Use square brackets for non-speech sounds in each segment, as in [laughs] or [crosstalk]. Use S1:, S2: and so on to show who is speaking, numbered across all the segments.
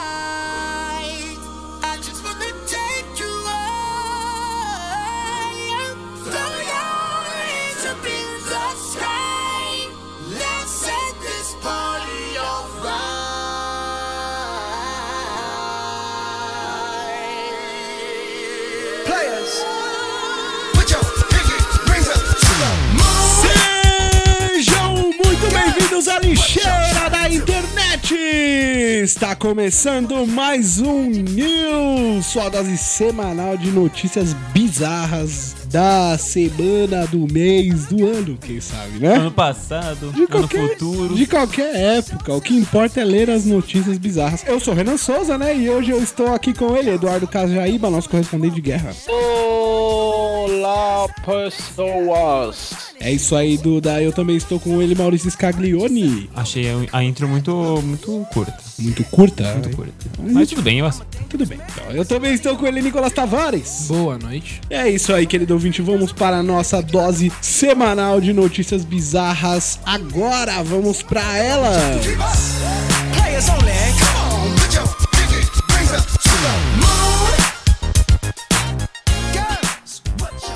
S1: Tonight, I just wanna take you away. Throw your hands up in the sky. Let's set this party on fire. Players, put your pinky rings up to the moon.
S2: Sejam muito bem-vindos à lixeira da internet! Está começando mais um News, sua dose semanal de notícias bizarras da semana, do mês, do ano, quem sabe, né?
S3: Ano passado,
S2: De
S3: ano
S2: qualquer,
S3: futuro.
S2: de qualquer época, o que importa é ler as notícias bizarras. Eu sou o Renan Souza, né? E hoje eu estou aqui com ele, Eduardo Cajaíba, nosso correspondente de guerra.
S4: Olá, pessoas!
S2: É isso aí, Duda. Eu também estou com ele, Maurício Scaglioni.
S3: Achei a- a intro muito, muito curta.
S2: Muito curta.
S3: Muito curta. Mas tudo bem, eu aceito.
S2: Tudo bem. Então, eu também estou com ele, Nicolas Tavares.
S5: Boa noite.
S2: É isso aí, querido ouvinte. Vamos para a nossa dose semanal de notícias bizarras. Agora vamos para ela.
S1: Players only. Come on, put your pinky rings up to the moon. Girls, what you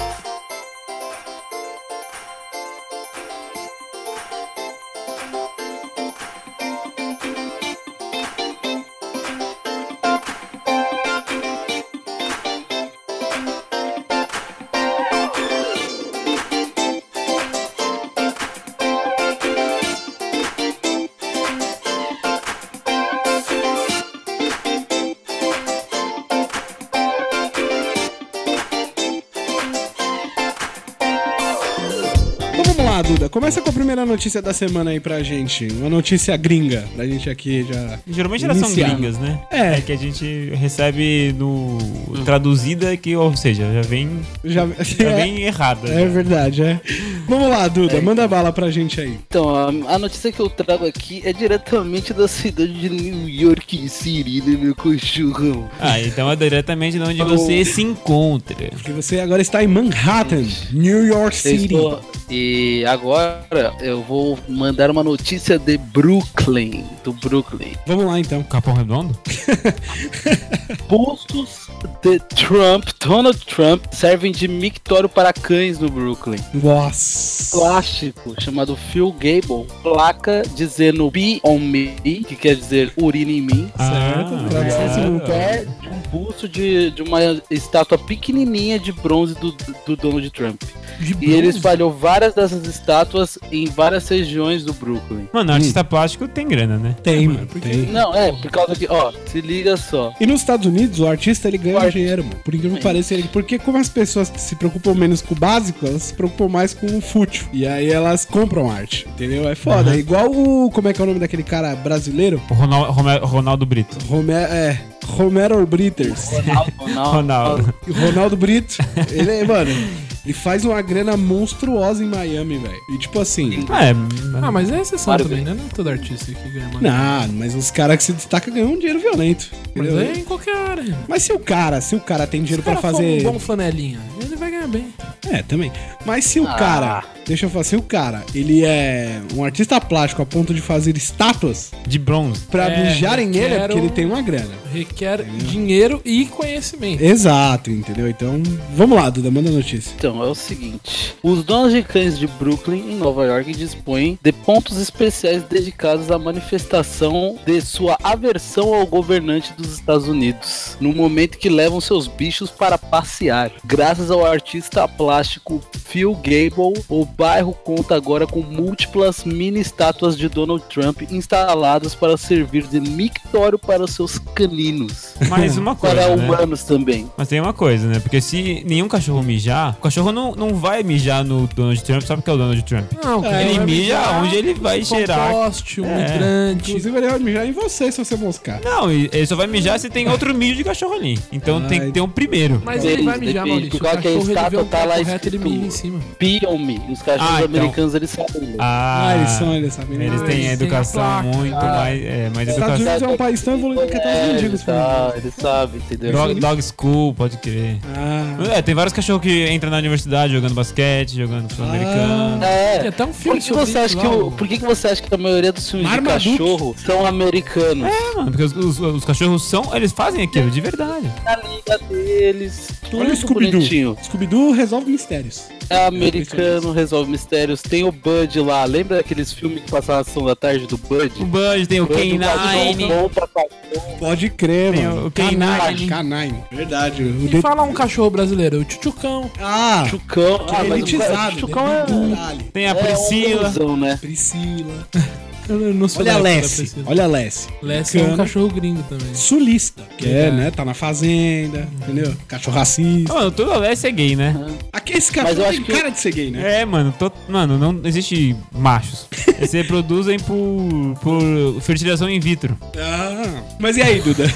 S2: Então vamos lá, Duda. Começa com a primeira notícia da semana aí pra gente. Uma notícia gringa pra gente aqui já.
S3: Geralmente elas são
S2: iniciar.
S3: gringas, né?
S2: É.
S3: que a gente recebe no. traduzida, que, ou seja, já vem,
S2: Já,
S3: já
S2: [laughs] é,
S3: vem né? errada.
S2: é
S3: já.
S2: verdade, é. Vamos lá,
S5: É.
S2: Duda. Manda bala pra gente aí.
S4: Então, a, a notícia que eu trago aqui é diretamente da cidade de New York inserida, meu cachorrão.
S3: Ah, então é diretamente de onde você se encontra.
S2: Porque você agora está em Manhattan, New York
S4: Eu
S2: City.
S4: estou- E agora eu vou mandar uma notícia de Brooklyn, do Brooklyn.
S2: Vamos lá então.
S3: Capão Redondo?
S4: Postos de Trump, Donald Trump, servem de mictório para cães no Brooklyn.
S2: Nossa.
S4: plástico chamado Phil Gable, placa dizendo Be on me, que quer dizer urina em mim.
S3: Ah.
S2: Certo, pra
S3: É.
S2: você se
S3: Hum.
S4: Pé de um busto de, de uma estátua pequenininha de bronze do, do Donald Trump. E ele espalhou várias dessas estátuas em várias regiões do Brooklyn.
S3: Mano, artista plástico tem grana, né?
S2: Tem, mano. Tem.
S4: Não, é, por causa que, ó, se liga só.
S2: E nos Estados Unidos, o artista ele ganha
S4: O artista-
S2: dinheiro, mano. Por incrível que
S4: Sim.
S5: É.
S2: pareça, ele... porque como as pessoas se preocupam menos com o básico, elas se preocupam mais com o fútil. E aí elas compram arte, entendeu? É foda. É igual o. Como é que é o nome daquele cara brasileiro?
S3: O Ronal- Rome- Ronaldo Brito.
S2: Rome... É. Romero Britters.
S4: Ronaldo,
S3: Ronaldo.
S2: E o Ronaldo
S5: [laughs]
S2: Brito. Ele é, mano. Ele faz uma grana monstruosa em Miami, velho. E tipo assim.
S3: Ah, é.
S5: Ah, mas é exceção
S4: Claro
S5: também, né? Não é todo artista que ganha mais.
S2: Não, mas os caras que se destacam ganham um dinheiro violento.
S5: Mas
S2: entendeu?
S5: é em qualquer área. Se
S2: Mas se o cara, se o cara tem dinheiro
S5: o cara
S2: pra fazer.
S5: for um bom flanelinha, ele vai ganhar bem.
S2: É, também. Mas se o
S4: Ah.
S2: cara, deixa eu falar, se o cara, ele é um artista plástico a ponto de fazer estátuas
S3: De bronze.
S2: pra
S5: É,
S2: mijarem nele, é
S5: quero-
S2: porque ele tem uma grana.
S5: Requer dinheiro e conhecimento.
S2: Exato, entendeu? Então, vamos lá, Duda, manda a notícia.
S4: Então, é o seguinte: os donos de cães de Brooklyn, em Nova York, dispõem de pontos especiais dedicados à manifestação de sua aversão ao governante dos Estados Unidos, no momento que levam seus bichos para passear. Graças ao artista plástico Phil Gable, o bairro conta agora com múltiplas mini estátuas de Donald Trump instaladas para servir de mictório para seus caninos.
S3: Mais uma coisa.
S2: é
S4: Para
S3: né?
S4: humanos também.
S3: Mas tem uma coisa, né? Porque se nenhum cachorro mijar, o cachorro não, não vai mijar no Donald Trump, sabe o que é o Donald Trump?
S5: Não, cara,
S3: ele
S5: vai
S3: mija
S5: mijar,
S3: onde ele vai
S5: um
S3: cheirar.
S5: Composte, um
S3: É.
S5: hidrante.
S2: Inclusive, ele vai mijar em você se você moscar.
S3: Não, e- ele só vai mijar se tem outro mijo de cachorro ali. Então
S2: Ai.
S3: tem que ter um primeiro.
S5: Mas
S4: Depende,
S5: ele vai mijar,
S4: depende,
S5: Maurício.
S4: por causa
S5: o
S4: que é a
S5: cachorro, ele vê
S4: estátua
S5: um
S4: tá lá
S5: correto, ele
S4: escrito-
S5: mija em cima.
S4: Pion me. Os cachorros
S3: Ah, então.
S4: americanos eles sabem ler.
S3: Ah,
S2: Ah, eles são, eles sabem. né?
S3: Eles
S5: Ah,
S3: têm
S5: eles
S3: educação
S5: têm a placa.
S3: muito mais. É, mais
S2: Estados
S3: educação.
S2: Unidos é um país tão evoluído que até os
S4: É,
S2: mendigos
S4: tá,
S2: falam.
S4: Ele sabe, entendeu?
S3: Dog, dog school, pode crer.
S2: Ah,
S3: É, tem vários cachorros que entram na universidade jogando basquete, jogando sul-americano.
S5: Tem
S4: É.
S5: até um filme
S4: Por que, você acha que o, por que que você acha que a maioria dos filmes
S2: Marmaduke.
S4: de cachorro são americanos?
S3: É, mano, porque os, os- os cachorros são. Eles fazem aquilo de verdade.
S4: Na língua deles, tudo
S2: olha o
S4: bonitinho.
S2: Scooby-Doo. Scooby-Doo resolve mistérios.
S4: É americano, resolve mistérios. Tem o Bud lá. Lembra daqueles filmes que passavam na sessão da tarde do Bud?
S3: O Bud tem o
S4: Bud, tá,
S3: K9.
S4: cachorro bom pra caralho.
S2: Pode crer,
S3: Tem
S2: mano.
S3: o K9.
S2: Canine. Verdade. O
S5: E fala um cachorro brasileiro, o Tchutchucão.
S2: Ah,
S4: Chucão. Ah, mas o cara-
S2: elitizado.
S4: Chucão é...
S2: Detalhe.
S3: Tem a
S4: é um
S3: Priscila.
S4: bonzão, né?
S2: Ah, Priscila.
S5: Eu não sou
S2: Olha a
S5: da época da
S2: Lessie.
S5: Priscila.
S2: Olha a Lessie.
S5: Lessie é um
S2: Cana.
S5: cachorro gringo também.
S2: Sulista. Que é,
S5: É.
S2: né? Tá na fazenda, entendeu? Cachorro racista.
S3: Ah, Mano, todo Alessia é gay, né?
S2: Aqui esse cachorro
S4: Mas eu acho
S2: tem
S4: que-
S2: cara de ser gay, né?
S3: É, mano, to- mano, não existe machos. Eles se reproduzem por, por fertilização in vitro.
S2: Ah, mas e aí, Duda?
S4: [laughs]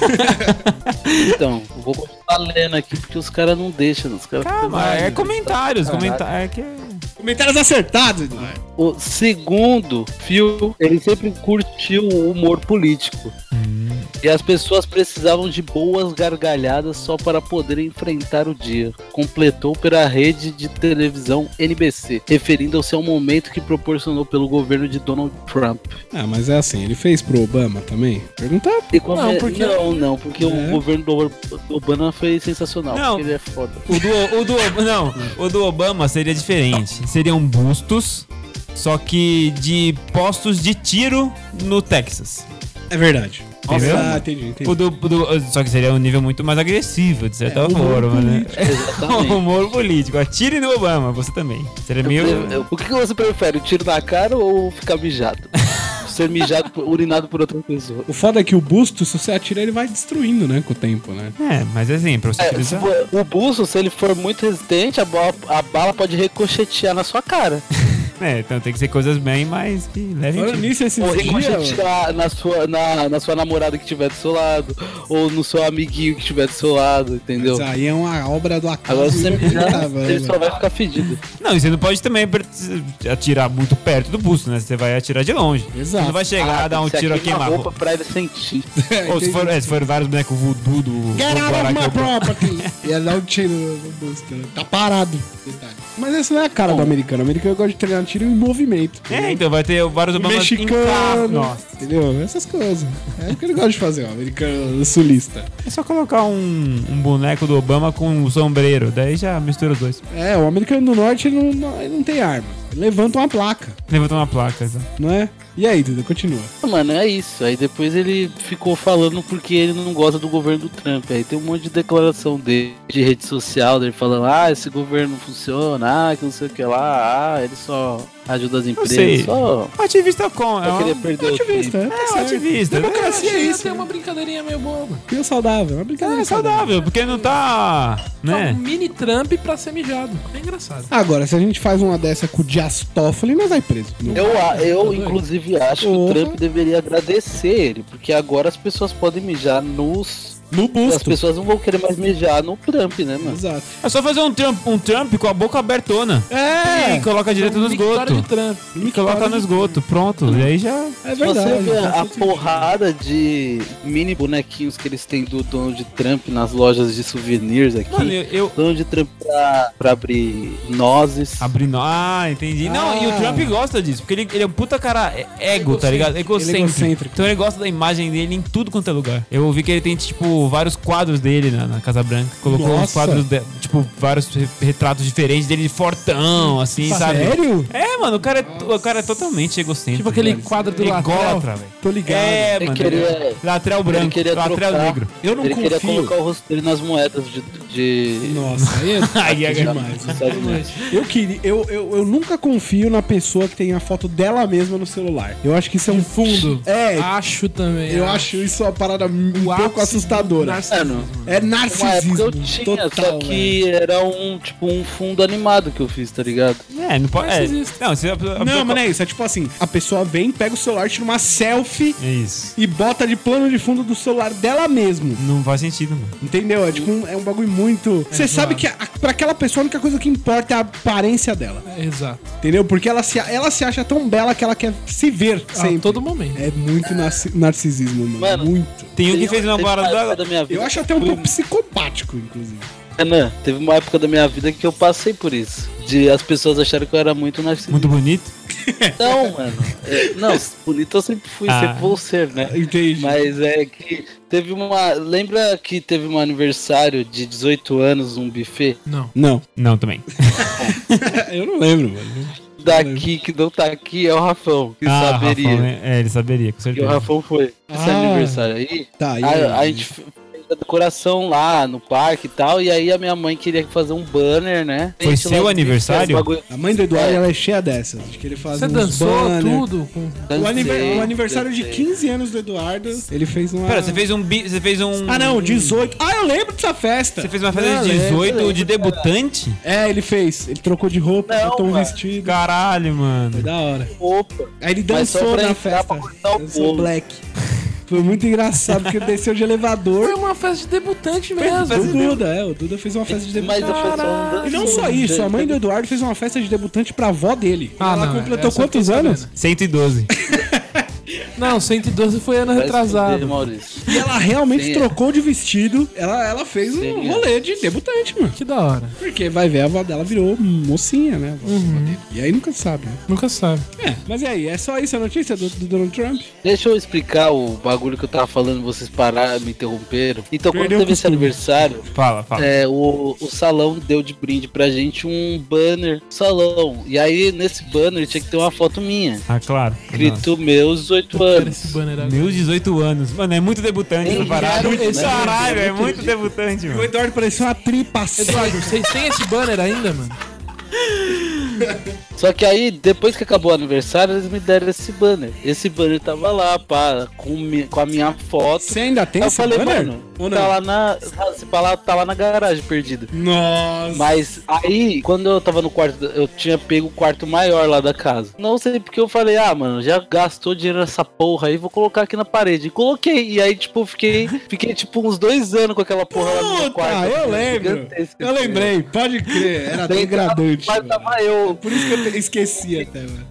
S4: Então, eu vou continuar lendo aqui porque os caras não deixam. Os caras ficam
S3: Calma, é
S4: doidos.
S3: comentários, comentários. É que
S2: Comentários acertados, Eduardo.
S4: O segundo Phil, ele sempre curtiu o humor político. E as pessoas precisavam de boas gargalhadas só para poder enfrentar o dia. Completou pela rede de televisão NBC, referindo-se ao momento que proporcionou pelo governo de Donald Trump.
S2: Ah, mas é assim, ele fez pro Obama também? Pergunta.
S4: E como
S5: Não,
S4: é-
S5: porque-
S4: não, não, porque
S2: É.
S4: o governo do Obama- do Obama foi sensacional.
S3: Não.
S4: porque ele é foda.
S3: o do, o do, não, o do Obama seria diferente. Seriam bustos, só que de postos de tiro no Texas.
S2: É verdade.
S3: Entendeu?
S2: Ah, entendi, entendi.
S3: O do, o do- só que seria um nível muito mais agressivo, de certa
S2: É, humor
S3: forma, né?
S4: Exatamente.
S3: [laughs] Humor político. Atire no Obama, você também. Seria meio.
S4: Eu- O que que você prefere, o tiro na cara ou ficar mijado? Ser mijado, por- urinado por outra pessoa.
S2: O foda é que o busto, se você atira, ele vai destruindo, né? Com o tempo, né?
S3: É, mas assim, pra você
S4: É, se
S3: utilizar.
S4: for- o buço, se ele for muito resistente, a bola, a bala pode ricochetear na sua [laughs] cara.
S3: É, então tem que ser coisas bem mais que levem
S2: Olha
S3: tiro.
S2: nisso esses
S4: Ou
S2: dias. ó.
S4: ricochetear na sua, na, na sua namorada que estiver do seu lado, ou no seu amiguinho que estiver do seu lado, entendeu?
S2: Isso aí é uma obra do acaso.
S4: Agora se você
S2: inacreditável,
S4: mijar, ele
S2: né?
S4: só Ah, vai ficar fedido.
S3: Não, e você não pode também per- atirar muito perto do busto, né? Você vai atirar de longe.
S2: Exato.
S3: Você não vai chegar,
S4: Ah,
S3: dar um
S4: tem que ser
S3: tiro a
S4: aquele
S3: queimar.
S4: na roupa pra ele sentir.
S2: [laughs]
S3: Ou se for, é, se for vários bonecos voodoo do.
S2: Get
S3: do
S2: out of
S3: Barack
S2: my
S3: Obama.
S2: property!
S3: [laughs]
S2: Ia dar um tiro no busto. né? Tá parado. Detalhe. Mas essa não é a cara do americano. O americano gosta de treinar tiro em movimento.
S3: É, então vai ter vários
S2: O
S3: Obamas em carro.
S2: mexicano,
S3: Nossa.
S2: entendeu? Essas coisas. É o que ele gosta de fazer, ó. Americano sulista.
S3: É só colocar um, um boneco do Obama com um sombreiro. Daí já mistura os dois.
S2: É, o americano do norte ele não, não- ele não tem arma. Ele levanta uma placa,
S3: Levanta uma placa. Tá?
S2: não é? E aí, Duda, continua.
S4: Mano, é isso. Aí depois ele ficou falando porque ele não gosta do governo do Trump. Aí tem um monte de declaração dele de rede social, dele falando, ah, esse governo não funciona, ah, que não sei o que lá, ah, ele só ajuda as
S3: sei.
S4: empresas. Só,
S3: Ativista com. É
S4: só queria
S3: uma...
S4: perder o
S2: Ativista,
S4: tempo.
S2: é, tá
S3: É, um
S2: certo.
S3: ativista.
S2: Democracia é isso.
S5: Tem uma brincadeirinha meio boba.
S2: Meio saudável. Uma brincadeira
S3: É saudável, porque não tá.
S5: É. Um
S3: né?
S5: mini Trump pra ser mijado. É engraçado.
S2: Agora, se a gente faz uma dessa com o é Dias Toffoli, nós vai preso.
S4: Eu, a- eu, inclusive, acho que
S2: Porra.
S4: o Trump deveria agradecer ele, porque agora as pessoas podem mijar nos.
S2: No
S4: As
S2: busto.
S4: pessoas não vão querer mais mijar no Trump, né, mano?
S2: Exato.
S3: É só fazer um Trump, um Trump com a boca abertona.
S2: É,
S3: E coloca direto no
S5: Vitória
S3: esgoto.
S5: de Trump.
S3: E coloca no esgoto, pronto. E aí já.
S2: é
S4: Se
S2: verdade.
S4: você vê a
S2: faz sentido.
S4: porrada de mini bonequinhos que eles têm do Donald Trump nas lojas de souvenirs aqui.
S3: Mano, eu. eu...
S4: Donald Trump pra, pra abrir nozes.
S3: Abrindo. Ah, entendi. Não, e o
S2: Ah.
S3: Trump gosta disso, porque ele, ele é um puta cara é- ego, tá ligado?
S2: Ele
S3: Egocêntrico.
S2: é egocêntrico.
S3: Então ele gosta da imagem dele em tudo quanto é lugar. Eu ouvi que ele tem, tipo, vários quadros dele na, na Casa Branca. Colocou uns
S2: Nossa.
S3: quadros, de- tipo, vários re- retratos diferentes dele de fortão, assim, sabe?
S2: Sério?
S3: É, mano, o cara, é to- o cara é totalmente egocêntrico.
S5: Tipo aquele
S3: velho.
S5: quadro do
S3: Ególatra,
S5: Latrell.
S3: velho.
S2: Tô ligado.
S3: É,
S4: Ele
S3: mano.
S4: queria-
S3: Latrel branco,
S4: ele queria
S3: latrel
S4: trocar.
S3: negro.
S2: Eu não
S4: ele queria
S2: confio.
S4: colocar o rosto dele nas moedas de. de... [laughs]
S2: Nossa, aí é
S3: Aí é
S2: demais.
S4: dos Estados Unidos.
S2: Eu queria. Eu, eu, eu nunca confio na pessoa que tem a foto dela mesma no celular. Eu acho que isso é um
S5: Fundo.
S2: É,
S5: Acho também.
S2: eu acho isso uma parada um
S5: O ápice
S2: pouco
S5: do
S2: assustadora.
S5: narcisismo.
S2: É
S4: Uma época
S2: narcisismo.
S4: eu tinha,
S2: total,
S4: só que era um tipo um fundo animado que eu fiz, tá ligado?
S3: É, não pode. É.
S5: Narcisista.
S3: Não, você. a- a-
S2: velho. Não, mas não é isso. É tipo assim: a pessoa vem, pega o celular, tira uma selfie
S3: É isso.
S2: e bota de plano de fundo do celular dela mesmo.
S3: Não faz sentido, mano.
S2: Entendeu? É tipo um, é um bagulho muito. Você
S5: zoado.
S2: sabe que a, pra aquela pessoa a única coisa que importa é a aparência dela.
S5: É, Exato.
S2: Entendeu? Porque ela se, ela se acha tão bela que ela quer se ver sempre.
S5: A Ah, todo momento.
S2: É muito narci- narcisismo, mano.
S4: Mano.
S2: Muito.
S3: Tem um que fez uma
S4: Teve época
S3: parada.
S4: da minha vida.
S2: Eu acho até um pouco psicopático, inclusive.
S4: Renan, teve uma época da minha vida que eu passei por isso. De as pessoas acharem que eu era muito narcisista.
S3: Muito bonito.
S4: Então, mano. é, não, bonito eu sempre fui,
S3: Ah.
S4: sempre vou ser, né?
S2: Entendi.
S4: Mas é que teve uma. Lembra que teve um aniversário de 18 anos, um buffet?
S5: Não.
S2: Não,
S4: [laughs]
S3: Não, também.
S2: eu não lembro, mano.
S4: Daqui que não tá aqui é o Rafão, que
S3: Ah,
S4: saberia.
S3: Rafão, né? É, ele saberia, com
S4: E o
S3: certeza.
S4: Rafão foi. Esse
S2: Ah.
S4: aniversário aí,
S2: Tá, e aí?
S4: a, a gente fez a decoração lá no parque e tal. E aí a minha mãe queria fazer um banner, né?
S3: Foi
S4: A gente
S3: seu
S4: lá fez
S3: aniversário?
S4: bagulho-
S2: A mãe do Eduardo, ela é cheia dessas. Acho que ele faz
S5: Você
S2: uns né?
S5: dançou
S2: banner.
S5: tudo com.
S2: O, aniver-
S4: Dancei,
S2: o aniversário de
S4: dancei.
S2: 15 anos do Eduardo, ele fez uma...
S3: Pera, você fez um. bi- Você fez um.
S2: Ah, não, 18. Ah, eu lembro dessa festa.
S3: Você fez uma festa de
S4: é,
S2: Não, eu lembro.
S3: 18 de debutante?
S2: É, ele fez. Ele trocou de roupa,
S4: Não,
S2: botou um
S4: mano.
S2: vestido.
S3: Caralho, mano.
S2: Foi da hora.
S4: Opa,
S2: Aí ele
S4: Mas só
S2: dançou
S4: pra
S2: na
S4: entrar,
S2: festa.
S4: pra cortar o
S2: Dançou
S4: bolo.
S2: black. Foi muito engraçado, porque ele desceu de
S5: Foi
S2: elevador.
S5: uma festa de debutante
S2: O
S5: mesmo.
S2: Duda, é, o Duda fez uma festa de
S4: mas
S2: debutante.
S4: a pessoa não dançou.
S2: E não só isso, a mãe do Eduardo fez uma festa de debutante pra avó dele.
S5: Ah,
S2: ela
S5: não,
S2: completou
S5: essa eu
S2: quantos
S5: fiquei
S2: anos?
S5: sabendo.
S3: 112.
S5: Não, 112 foi ano
S4: Vai se fuder,
S5: retrasado.
S4: Maurício.
S2: E ela realmente
S4: Sim, é.
S2: trocou de vestido. Ela, ela fez um
S4: Sim, é.
S2: rolê de debutante, mano.
S5: Que da hora.
S2: Porque vai ver, a avó dela virou mocinha, né? a avó
S5: Uhum.
S2: dele. E aí nunca sabe, né?
S5: Nunca sabe.
S2: É, mas e aí? É só isso a notícia do, do Donald Trump?
S4: Deixa eu explicar o bagulho que eu tava falando, vocês pararam, me interromperam. Então,
S2: Perdeu
S4: quando
S2: o
S4: teve esse
S2: costume.
S4: aniversário,
S3: Fala, fala.
S4: é, o, o salão deu de brinde pra gente um banner do salão. E aí, nesse banner, tinha que ter uma foto minha.
S3: Ah, claro.
S4: Escrito meus 18
S5: Era
S4: anos.
S5: esse banner agora.
S3: Meus 18 anos. Mano, é muito debutante essa
S4: Eles
S3: parada.
S4: eram esse-
S3: Caralho, é muito debutante,
S2: O
S3: mano.
S2: Eduardo parecia uma tripaça.
S5: Eduardo, vocês têm esse banner ainda, mano?
S4: Só que aí, depois que acabou o aniversário, eles me deram esse banner. Esse banner tava lá, pá, com, mi- com a minha foto.
S2: Você ainda tem
S4: Aí eu
S2: esse
S5: né,
S4: falei,
S2: banner? Ou
S4: mano,
S2: não?
S4: tá lá na. tá- Se falar, tá lá na garagem perdido.
S2: Nossa.
S4: Mas aí, quando eu tava no quarto, eu tinha pego o quarto maior lá da casa. Não sei porque eu falei, ah, mano, já gastou dinheiro nessa porra aí, vou colocar aqui na parede. E coloquei. E aí, tipo, fiquei, fiquei tipo uns dois anos com aquela porra lá no meu
S2: Puta,
S4: quarto.
S2: eu
S4: Assim,
S2: lembro.
S4: gigantesca,
S2: Eu
S4: assim, né?
S2: lembrei, pode crer. Era
S4: Daí assim.
S2: degradante.
S4: Mas
S2: mano.
S4: tava eu
S2: Por isso que eu te- esqueci até, mano.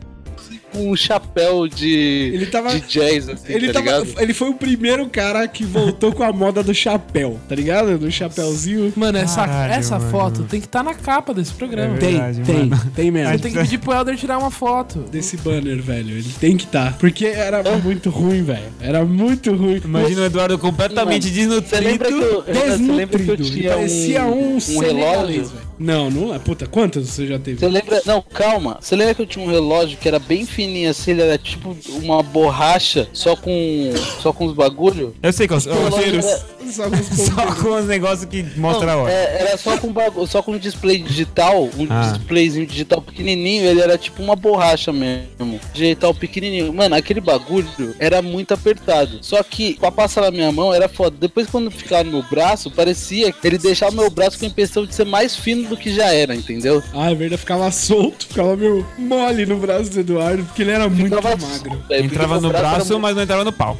S4: com um chapéu de.
S2: Ele tava-
S4: De jazz, assim,
S2: Ele,
S4: tá
S2: tava,
S4: ligado?
S2: ele foi o primeiro cara que voltou com a moda do chapéu, tá ligado? Do chapéuzinho.
S5: Mano, essa,
S3: Caralho,
S5: essa
S3: mano.
S5: foto tem que estar na capa desse programa.
S3: É verdade, mano.
S2: tem
S5: Você
S2: mesmo.
S5: tem que pedir pro Helder tirar uma foto.
S2: Desse banner, velho. Ele tem que tá. Porque era
S4: Ah.
S2: muito ruim, velho. Era muito ruim.
S3: Imagina o Eduardo completamente
S4: Você lembra que
S3: desnutrido.
S4: eu, você lembra que eu tinha
S2: parecia um,
S4: um, um relógio?
S2: senegalês, velho. Não, não é. Puta, quantos você já teve?
S4: Você lembra? Não, calma. Você lembra que eu tinha um relógio que era bem fininho assim, ele era tipo uma borracha só com só com os bagulho?
S3: Eu sei qual. é
S4: relógio
S3: Ponteiros.
S4: era-
S2: Só
S4: [laughs]
S2: com os
S3: Só com os negócios que mostram a
S4: Não,
S3: hora.
S4: é, era só com bagulho, só com display digital, um
S3: Ah.
S4: displayzinho digital pequenininho, ele era tipo uma borracha mesmo, digital pequenininho. Mano, aquele bagulho era muito apertado. Só que pra passar na minha mão era foda. Depois quando ficava no meu braço, parecia que ele deixava meu braço com a impressão de ser mais fino do que já era, entendeu?
S2: Ah, é verdade, ficava solto, ficava meio mole no braço do Eduardo, porque ele era muito
S4: Ficava-
S2: magro.
S4: É, porque
S3: Entrava
S4: meu
S3: no
S4: era
S3: braço,
S4: muito-
S3: mas não entrava no pau.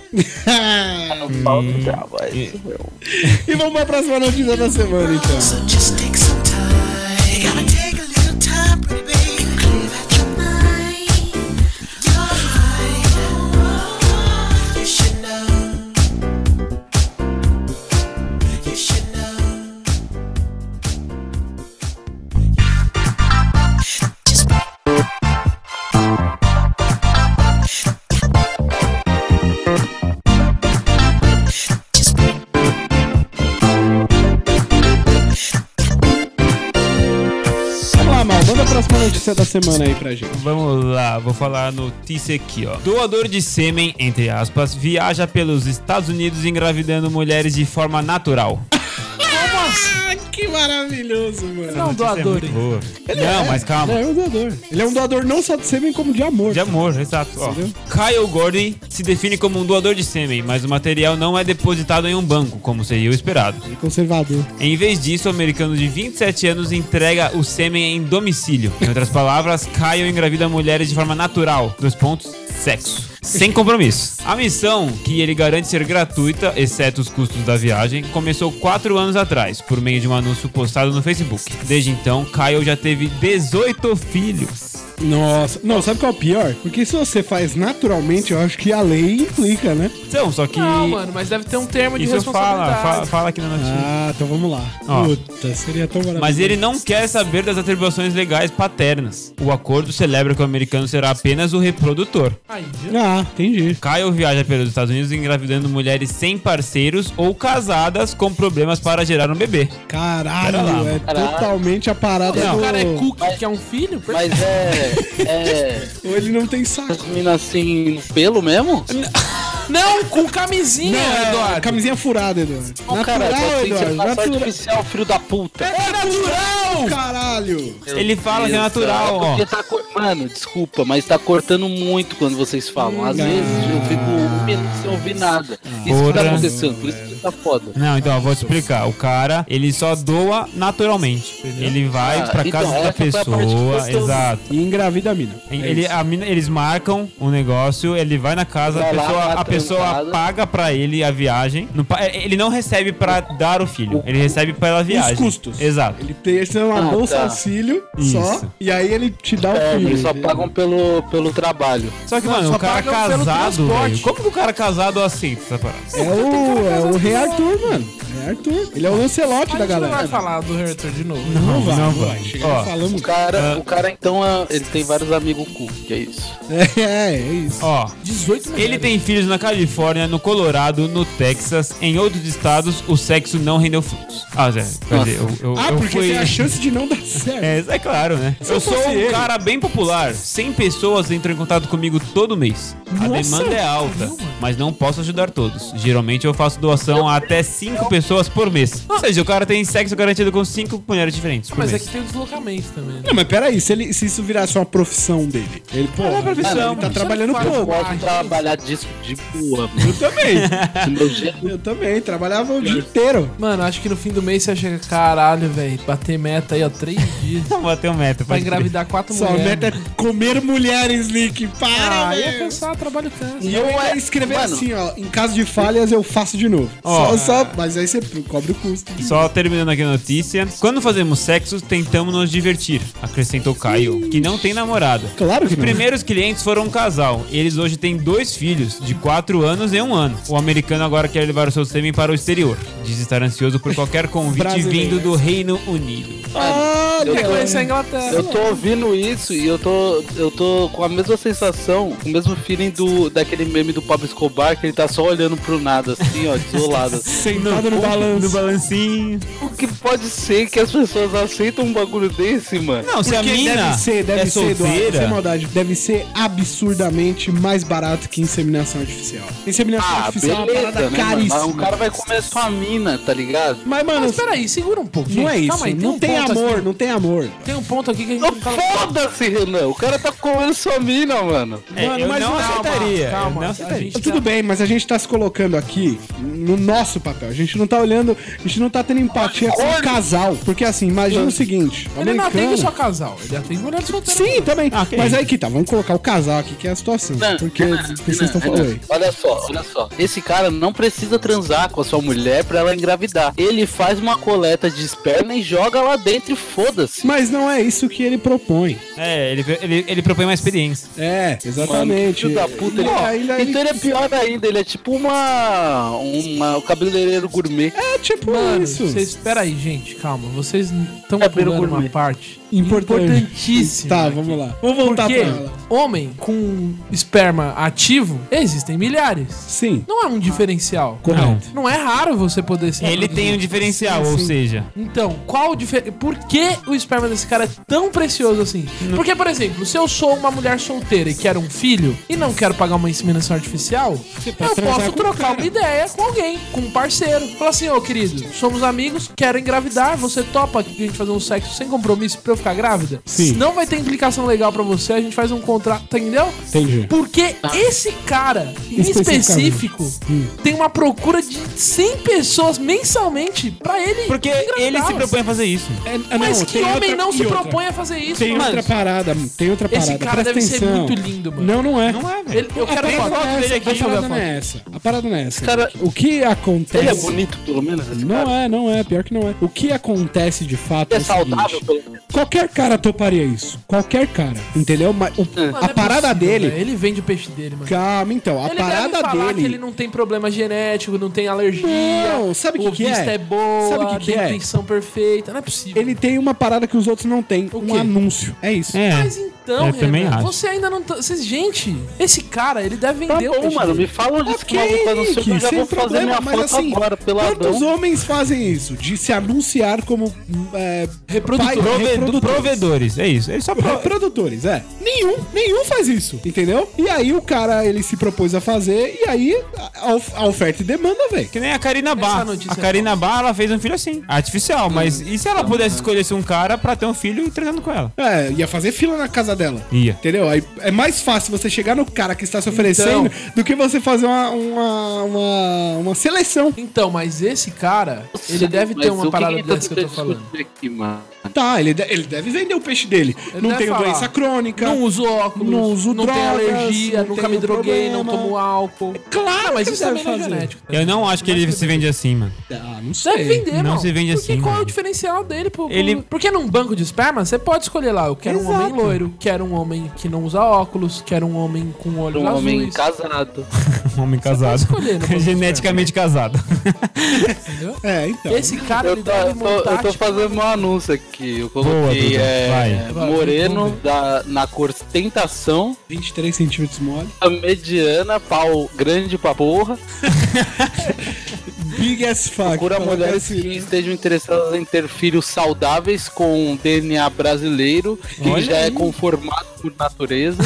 S4: no pau
S3: Hum.
S4: do diabo, é isso mesmo.
S2: e vamos pra próxima notícia da semana, então.
S1: So just take some time. You gotta take a little time, pretty baby. Clear out your mind. You're right. You should know. You should know.
S2: Vamos lá, Mal, manda a próxima notícia da semana aí pra gente.
S3: Vamos lá, vou falar a notícia aqui, ó. Doador de sêmen, entre aspas, viaja pelos Estados Unidos engravidando mulheres de forma natural.
S2: Ah, que maravilhoso, mano.
S5: Não, doador, hein?
S3: Boa. Não, mas calma.
S2: Ele é um doador. Ele é um doador não só de sêmen, como de amor.
S3: De amor, exato. Ó,
S2: Entendeu?
S3: Kyle Gordy se define como um doador de sêmen, mas o material não é depositado em um banco, como seria o esperado.
S2: Ele é conservador.
S3: Em vez disso, o americano de 27 anos entrega o sêmen em domicílio. Em outras palavras, Kyle engravida mulheres de forma natural. Dois pontos. Sexo. Sem compromisso. A missão, que ele garante ser gratuita, exceto os custos da viagem, começou quatro anos atrás, por meio de um anúncio postado no Facebook. Desde então, Kyle já teve 18 filhos.
S2: Nossa, não, sabe qual é o pior? Porque se você faz naturalmente, eu acho que a lei implica, né?
S3: Então, só que.
S5: Não, mano, mas deve ter um termo de
S3: Isso fala,
S5: responsabilidade.
S3: fala, fala aqui na notícia.
S2: Ah, então vamos lá.
S3: Ó.
S2: Puta, seria tão maravilhoso.
S3: Mas ele não quer saber das atribuições legais paternas. O acordo celebra que o americano será apenas o reprodutor.
S5: Aí,
S2: Ah, entendi.
S3: Kyle viaja pelos Estados Unidos engravidando mulheres sem parceiros ou casadas com problemas para gerar um bebê.
S2: Caralho,
S3: Pera lá.
S2: é
S4: Caralho.
S2: totalmente a parada
S5: o
S2: do...
S5: cara é cookie, que é um filho?
S4: Mas é. É.
S2: Ou ele não tem saco.
S4: As minas assim, no pelo mesmo?
S5: Não, com camisinha,
S3: é
S5: Eduardo.
S2: Ah, Camisinha furada, Eduardo.
S4: Não, cara, assim,
S2: natural,
S4: só tem
S2: Eduardo.
S4: separação
S2: Natural.
S4: artificial, filho da puta.
S5: É natural!
S2: Caralho.
S3: Ele fala que é
S4: Deus,
S3: natural,
S4: cara,
S3: ó.
S4: porque tá cor- Mano, desculpa, mas tá cortando muito quando vocês falam. Às vezes eu fico um minuto sem ouvir nada. Isso que tá
S3: Porra.
S4: acontecendo, por isso que tá foda.
S3: Não, então, eu vou te explicar. O cara, ele só doa naturalmente. Ele vai
S4: Ah,
S3: pra
S4: então,
S3: casa da
S4: essa foi a parte que
S3: pessoa,
S4: você ouviu.
S3: exato. É
S2: E engravida a mina.
S5: É
S3: Ele, a mina- eles marcam um negócio, ele vai na casa, a
S4: Vai lá,
S3: pessoa,
S4: tá
S3: a pessoa
S4: trancado.
S3: paga pra ele a viagem. Não pa- é, ele não recebe pra dar o filho, ele recebe pela viagem.
S2: custos.
S3: Exato.
S2: Ele tem esse é uma
S4: Ah,
S2: bolsa
S4: tá.
S2: auxílio só,
S3: Isso.
S2: e aí ele te dá o
S4: É,
S2: filho.
S4: eles só
S2: entendeu?
S4: pagam pelo, pelo trabalho.
S3: Só que,
S5: Não,
S3: mano,
S5: só
S3: o cara
S5: pagam pelo
S3: casado.
S5: transporte.
S3: velho, Como que o cara casado aceita essa parada?
S2: É o, é o Rei Arthur, mano. Rei Arthur. Ele é o Lancelote
S5: A
S2: da
S5: gente não vai
S2: galera.
S5: falar do Herter de novo.
S2: Não vai, não
S3: Não
S2: vai.
S3: vai.
S2: Chegamos
S3: Ó.
S4: O
S2: falando.
S3: Ah.
S4: cara, o cara então, é- ele tem vários amigos cu, que é isso.
S2: É, é, é isso.
S3: Ó,
S5: 18
S3: ele tem filhos na Califórnia, no Colorado, no Texas, em outros estados, o sexo não rendeu frutos. Ah, Zé, quer dizer, eu, eu,
S2: Ah,
S3: eu
S2: porque
S3: fui...
S2: tem a chance de não dar certo.
S3: É, isso é claro, né?
S2: Se eu
S3: eu sou
S2: fosse
S3: um
S2: ele.
S3: cara bem popular. 100 pessoas entram em contato comigo todo mês. A
S5: Nossa,
S3: demanda é alta, mas não posso ajudar todos. Geralmente eu faço doação a até 5 pessoas por mês. Ou seja, o cara tem sexo garantido com 5 mulheres diferentes por
S5: Ah. Mas é
S3: mês.
S5: que tem o deslocamento também, né?
S2: Não, mas peraí, se, ele, se isso virasse uma profissão dele, ele, pô,
S3: Mas é profissão,
S2: ele tá
S3: mano.
S2: trabalhando
S5: Isso é
S2: pouco.
S5: foda.
S4: Posso trabalhar disso de boa, mano.
S2: Eu
S3: Então-
S2: também,
S4: Se meu jeito
S2: eu também, trabalhava o dia inteiro.
S5: Mano, acho que no fim do mês você chega, caralho, velho, bater meta aí,
S2: [laughs]
S5: ó, três dias.
S3: Não bateu meta,
S5: Vai
S3: pode crer.
S5: engravidar quatro
S2: Sua
S5: mulheres. né?"
S2: meta é comer mulheres, Nick, para,
S5: Ah, ia
S2: velho.
S5: pensar, trabalho cansa.
S2: E eu ia escrever
S4: é- Mano.
S2: assim, ó, em caso de falhas eu faço de novo. Só,
S3: Ó.
S2: só, mas aí você cobre o custo.
S3: Só terminando aqui a notícia. Quando fazemos sexo, tentamos nos divertir, acrescentou Caio, que não tem namorada.
S2: Claro que
S3: Os
S2: não.
S3: primeiros clientes foram um casal. Eles hoje têm dois filhos, de 4 anos e um ano. O americano agora quer levar o seu sêmen para o exterior. Diz estar ansioso por qualquer convite
S2: Brasileiro.
S3: vindo do Reino Unido. Ah,
S2: Olha,
S4: Eu
S5: Conhecer a Inglaterra.
S4: Eu tô ouvindo isso e eu tô, eu tô com a mesma sensação, o mesmo feeling do, daquele meme do Pablo Escobar, que ele tá só olhando pro nada, assim, ó, desolado. assim.
S2: [laughs] sentado no
S3: No
S2: balanço.
S3: balancinho.
S4: O que pode ser que as pessoas aceitam um bagulho desse, mano?
S3: Não, se a
S2: Porque
S3: mina
S2: deve ser, deve
S3: é
S2: ser, Eduardo, sem
S3: solteira...
S2: maldade, deve ser absurdamente mais barato que inseminação artificial. Inseminação
S4: Ah,
S2: artificial é uma
S4: beleza,
S2: parada
S4: né, mano?
S2: caríssima.
S4: Mas um cara vai comer sua mina, tá ligado?
S2: Mas, mano,
S5: Mas peraí, segura um pouco.
S2: não
S5: gente.
S2: é isso.
S5: Calma aí, um
S2: não tem,
S5: ponto
S2: amor,
S5: aqui-
S2: não tem amor.
S5: Tem um ponto aqui que a gente
S4: Não
S5: não tá...
S4: foda-se, Renan, o cara tá comendo sua mina, mano.
S3: É,
S2: Mano,
S3: eu
S2: mas
S3: não
S2: não,
S3: aceitaria. eu
S5: calma,
S3: não
S5: a
S3: aceitaria.
S5: gente-
S2: Tudo bem, mas a gente tá se colocando aqui no nosso papel. A gente não tá olhando, a gente não tá tendo empatia com o casal. Porque assim, imagina o seguinte: o
S5: Ele não
S2: americano.
S5: atende só casal, ele atende mulher solteira.
S2: Sim, também.
S3: Ah, ok.
S2: Mas aí que tá, vamos colocar o casal aqui, que é a situação.
S4: Não,
S2: porque
S4: não,
S2: vocês
S4: não,
S2: estão
S4: não.
S2: falando. Oi.
S4: Olha só, olha só. Esse cara não precisa transar com a sua mulher pra ela engravidar. Ele faz uma coleta de esperma e joga lá dentro e foda-se.
S2: Mas não é isso que ele propõe.
S3: É, ele, ele, ele propõe uma experiência.
S2: É, exatamente.
S4: Mano, que filho da puta, ele...
S2: E ainda ele-
S4: Então ele é pior ainda, ele é tipo uma. uma o cabeleireiro gourmet.
S2: É tipo
S5: Mano,
S2: isso.
S5: vocês... Peraí, gente, calma. Vocês estão
S4: É pelo
S5: pulando uma
S4: gourmet.
S5: parte
S2: Importante.
S5: importantíssima.
S2: Tá,
S5: aqui.
S2: vamos lá. Vamos voltar
S5: Porque
S2: pra ela.
S5: homem com esperma ativo existem milhares.
S2: Sim.
S5: Não é um diferencial.
S2: Correto.
S5: Não é raro você poder
S2: É.
S5: ser.
S3: Ele tem um diferencial, ou seja...
S5: Então, qual o difer... Por que o esperma desse cara é tão precioso assim? Porque, por exemplo, se eu sou uma mulher solteira e quero um filho e não quero pagar uma inseminação artificial,
S2: pode
S5: eu
S2: transar
S5: posso
S2: com o
S5: trocar
S2: cara.
S5: uma ideia com alguém, com um parceiro. Falar assim, ô querido, somos amigos, quero engravidar, você topa que a gente fazer um sexo sem compromisso pra eu ficar grávida?
S2: Sim.
S5: Não vai ter implicação legal pra você, a gente faz um contrato, entendeu?
S2: Entendi.
S5: Porque esse cara, em
S2: Especificamente.
S5: específico, hum, tem uma procura de 100 pessoas mensalmente pra ele.
S3: Porque ele se
S5: engravidá-las.
S3: propõe a fazer isso.
S2: É, ah,
S5: Mas
S2: não,
S5: que
S2: tem
S5: homem
S2: outra-
S5: não
S2: e
S5: se
S2: outra.
S5: propõe a fazer isso,
S2: Tem
S5: mano?
S2: outra parada, tem outra
S5: Esse
S2: parada.
S5: cara
S2: presta
S5: deve ser
S2: atenção.
S5: muito lindo, mano.
S2: Não, não é.
S3: Não é, velho.
S5: Ele- eu quero
S2: a
S5: uma
S2: parada
S5: foto
S2: não é
S5: dele
S2: essa,
S5: aqui,
S2: A
S5: deixa eu ver
S2: parada
S5: a
S2: não
S5: foto.
S2: é essa. A parada não é essa.
S4: Cara,
S2: O que acontece...
S4: Ele é bonito, pelo menos, esse
S2: Não
S4: cara.
S2: é, não é. Pior que não é. O que acontece de fato
S4: Ele
S2: é,
S4: é
S2: o seguinte,
S4: saudável, pelo menos.
S2: Qualquer cara toparia isso. Qualquer cara. Entendeu? Mas o-
S5: Mano,
S2: a
S5: é
S2: parada
S5: possível,
S2: dele...
S5: velho. Ele vende o peixe dele, mano.
S2: Calma, então. A
S5: ele
S2: parada
S5: deve falar
S2: dele...
S5: que ele não tem problema genético, não tem alergia.
S2: Não, sabe o que
S5: o
S2: que
S5: vista
S2: é?
S5: é boa,
S2: Sabe o que que
S5: tem
S2: é?
S5: intuição perfeita. Não é possível.
S2: Ele tem uma parada que os outros não têm. um
S5: quê?
S2: anúncio. É isso.
S5: Mas então,
S3: É, Eu também acho.
S5: você ainda não... Tá... vocês- Gente, esse cara, ele deve
S4: Tá
S5: vender o
S4: bom,
S5: peixe
S4: mano,
S5: dele.
S4: me fala onde esse
S2: Ok,
S4: maluco tá no seu que eu já
S2: É sem
S4: vou fazer
S2: problema,
S4: minha
S2: mas
S4: foto
S2: assim,
S4: agora, peladão.
S2: quantos homens fazem isso? De se anunciar como é,
S5: Reprodutor.
S2: pai-
S3: Prove- Provedores, é isso. Ele só pro...
S2: Reprodutores, é. Nenhum, nenhum faz isso, entendeu? E aí o cara, ele se propôs a fazer, e aí a, of- a oferta e demanda, velho.
S3: Que nem a Karina Bar.
S5: notícia
S3: A
S5: é
S3: Karina Bar, ela fez um filho assim, artificial. Mas e se ela pudesse escolher se um cara pra ter um filho e trazendo com ela?
S2: É, ia fazer fila na casa dela.
S3: Ia.
S2: Entendeu? Aí é mais fácil você chegar no cara que está se oferecendo
S5: Então.
S2: do que você fazer uma, uma, uma, uma seleção.
S5: Então, mas esse cara, ele deve
S4: Mas
S5: ter
S4: o
S5: uma
S4: que
S5: parada
S4: que ele tá
S5: dessa que eu tô
S4: tentando
S5: falando.
S4: discutir Aqui, mano?
S2: Tá, ele, de- ele deve vender o peixe dele.
S5: Ele
S2: não
S5: deve
S2: tem
S5: falar,
S2: doença crônica.
S5: Não uso óculos,
S2: Não uso
S5: não
S2: drogas,
S5: tenho alergia,
S2: não
S5: nunca
S2: tenho
S5: me droguei,
S2: problema.
S5: não tomo álcool.
S2: Claro
S5: Ah, mas
S2: que
S5: isso
S2: deve
S5: também não é
S2: fazer.
S5: genético. tá
S3: Eu não acho que ele se vende assim, mano.
S2: Ah, não sei.
S5: Deve vender,
S3: Não
S5: mano.
S3: se vende
S5: Porque
S3: assim,
S5: qual é
S3: mano.
S5: o diferencial dele, pô?
S3: Ele-
S5: Porque num banco de esperma, você pode escolher lá, eu quero um homem
S2: Exato.
S5: loiro, quero um homem que não usa óculos, quero um homem com olhos
S4: Um
S5: azuis.
S4: homem casado.
S3: Um homem casado.
S5: escolher, né,
S3: [laughs]
S5: não pode
S3: Geneticamente casado.
S5: entendeu?
S2: É, então.
S5: Esse cara, ele
S4: Eu tô,
S5: deve
S4: eu tô- eu
S5: montar,
S4: tô
S5: tipo,
S4: fazendo um anúncio aqui. Eu
S3: Boa,
S4: coloquei
S3: Duda,
S4: é,
S5: vai.
S4: moreno da, na cor tentação,
S2: 23 centímetros mole.
S4: a mediana, pau grande pra porra.
S2: Big as fuck.
S4: Procura
S2: Fala
S4: mulheres
S2: assim,
S4: que
S2: né?
S4: estejam interessadas em ter filhos saudáveis com DNA brasileiro, que
S3: Olha
S4: já
S3: aí.
S4: é conformado por [laughs] natureza.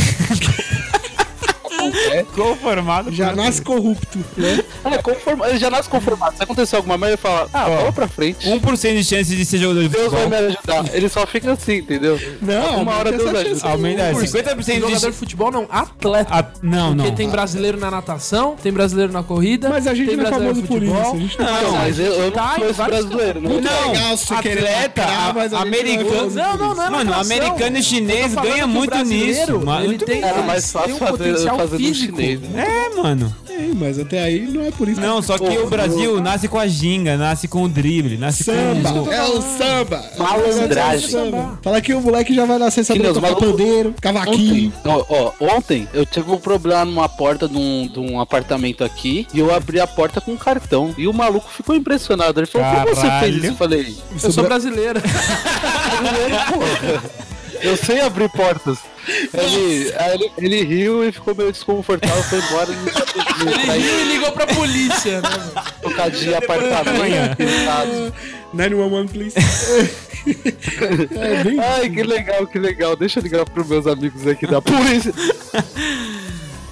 S4: É,
S3: Conformado.
S2: Já
S3: por-
S2: nasce corrupto, né?
S4: é conforma- ele já nasce conformado. Se acontecer alguma merda, ele fala: Ah,
S3: Ó.
S4: vamos pra frente.
S3: 1% de chance de ser jogador de
S4: Deus vai
S3: futebol.
S4: me ajudar. Ele só fica assim, entendeu?
S2: Não,
S4: Uma hora Deus ajuda.
S3: Aumenta é, 50% de
S5: jogador
S3: chance.
S5: de futebol, não, atleta.
S3: Ah, não,
S5: Porque
S3: não.
S5: tem brasileiro na natação, tem brasileiro na corrida.
S2: Mas a gente
S5: tem
S2: não é
S5: brasileiro
S2: famoso
S5: no
S2: por isso.
S5: futebol.
S2: A gente não,
S4: Não, mas eu, eu
S5: Tá,
S4: não sou
S5: em
S4: esse
S5: vários
S4: brasileiro. né? Não.
S3: Não,
S2: legal você querer
S3: atleta,
S2: lacrar, mas a gente não é
S3: americano.
S2: famoso
S5: Não, não, não é
S3: Mano,
S5: lacração.
S3: americano e
S5: Eu
S3: chinês
S5: tô falando
S3: ganha
S5: que o
S3: muito
S5: brasileiro,
S3: nisso. Mano,
S5: Ele
S3: muito
S5: tem,
S3: bem.
S4: Era mais
S5: tem um
S4: fácil fazer, fazer no chinês. né?
S3: É, mano.
S2: Sim, mas até aí não é por isso.
S3: Não, só que
S4: Pô,
S3: o Brasil nasce com a ginga, nasce com o drible, nasce com o...
S2: Samba, é o samba.
S4: Malandragem.
S2: Samba. Fala que o moleque já vai nascer sabendo
S4: Deus,
S2: tocar
S4: maluco.
S2: pandeiro,
S4: Ontem,
S2: cavaquinho.
S4: ó, ó, ontem eu tive um problema numa porta de um, de um apartamento aqui e eu abri a porta com um cartão. E o maluco ficou impressionado. Ele falou: Como você
S3: Caralho.
S4: fez isso? Eu falei:
S5: Eu
S3: [laughs]
S5: sou brasileiro.
S4: Eu sei abrir portas. Ele, aí ele, ele riu e ficou meio desconfortável, foi embora. Ele
S5: Ele riu e ligou pra polícia, né? mano?
S4: tocar de apartamento. pintado.
S2: 911,
S4: [laughs]
S2: please. é, bem...
S4: Ai, que legal, que legal. Deixa eu ligar pros meus amigos aqui da polícia.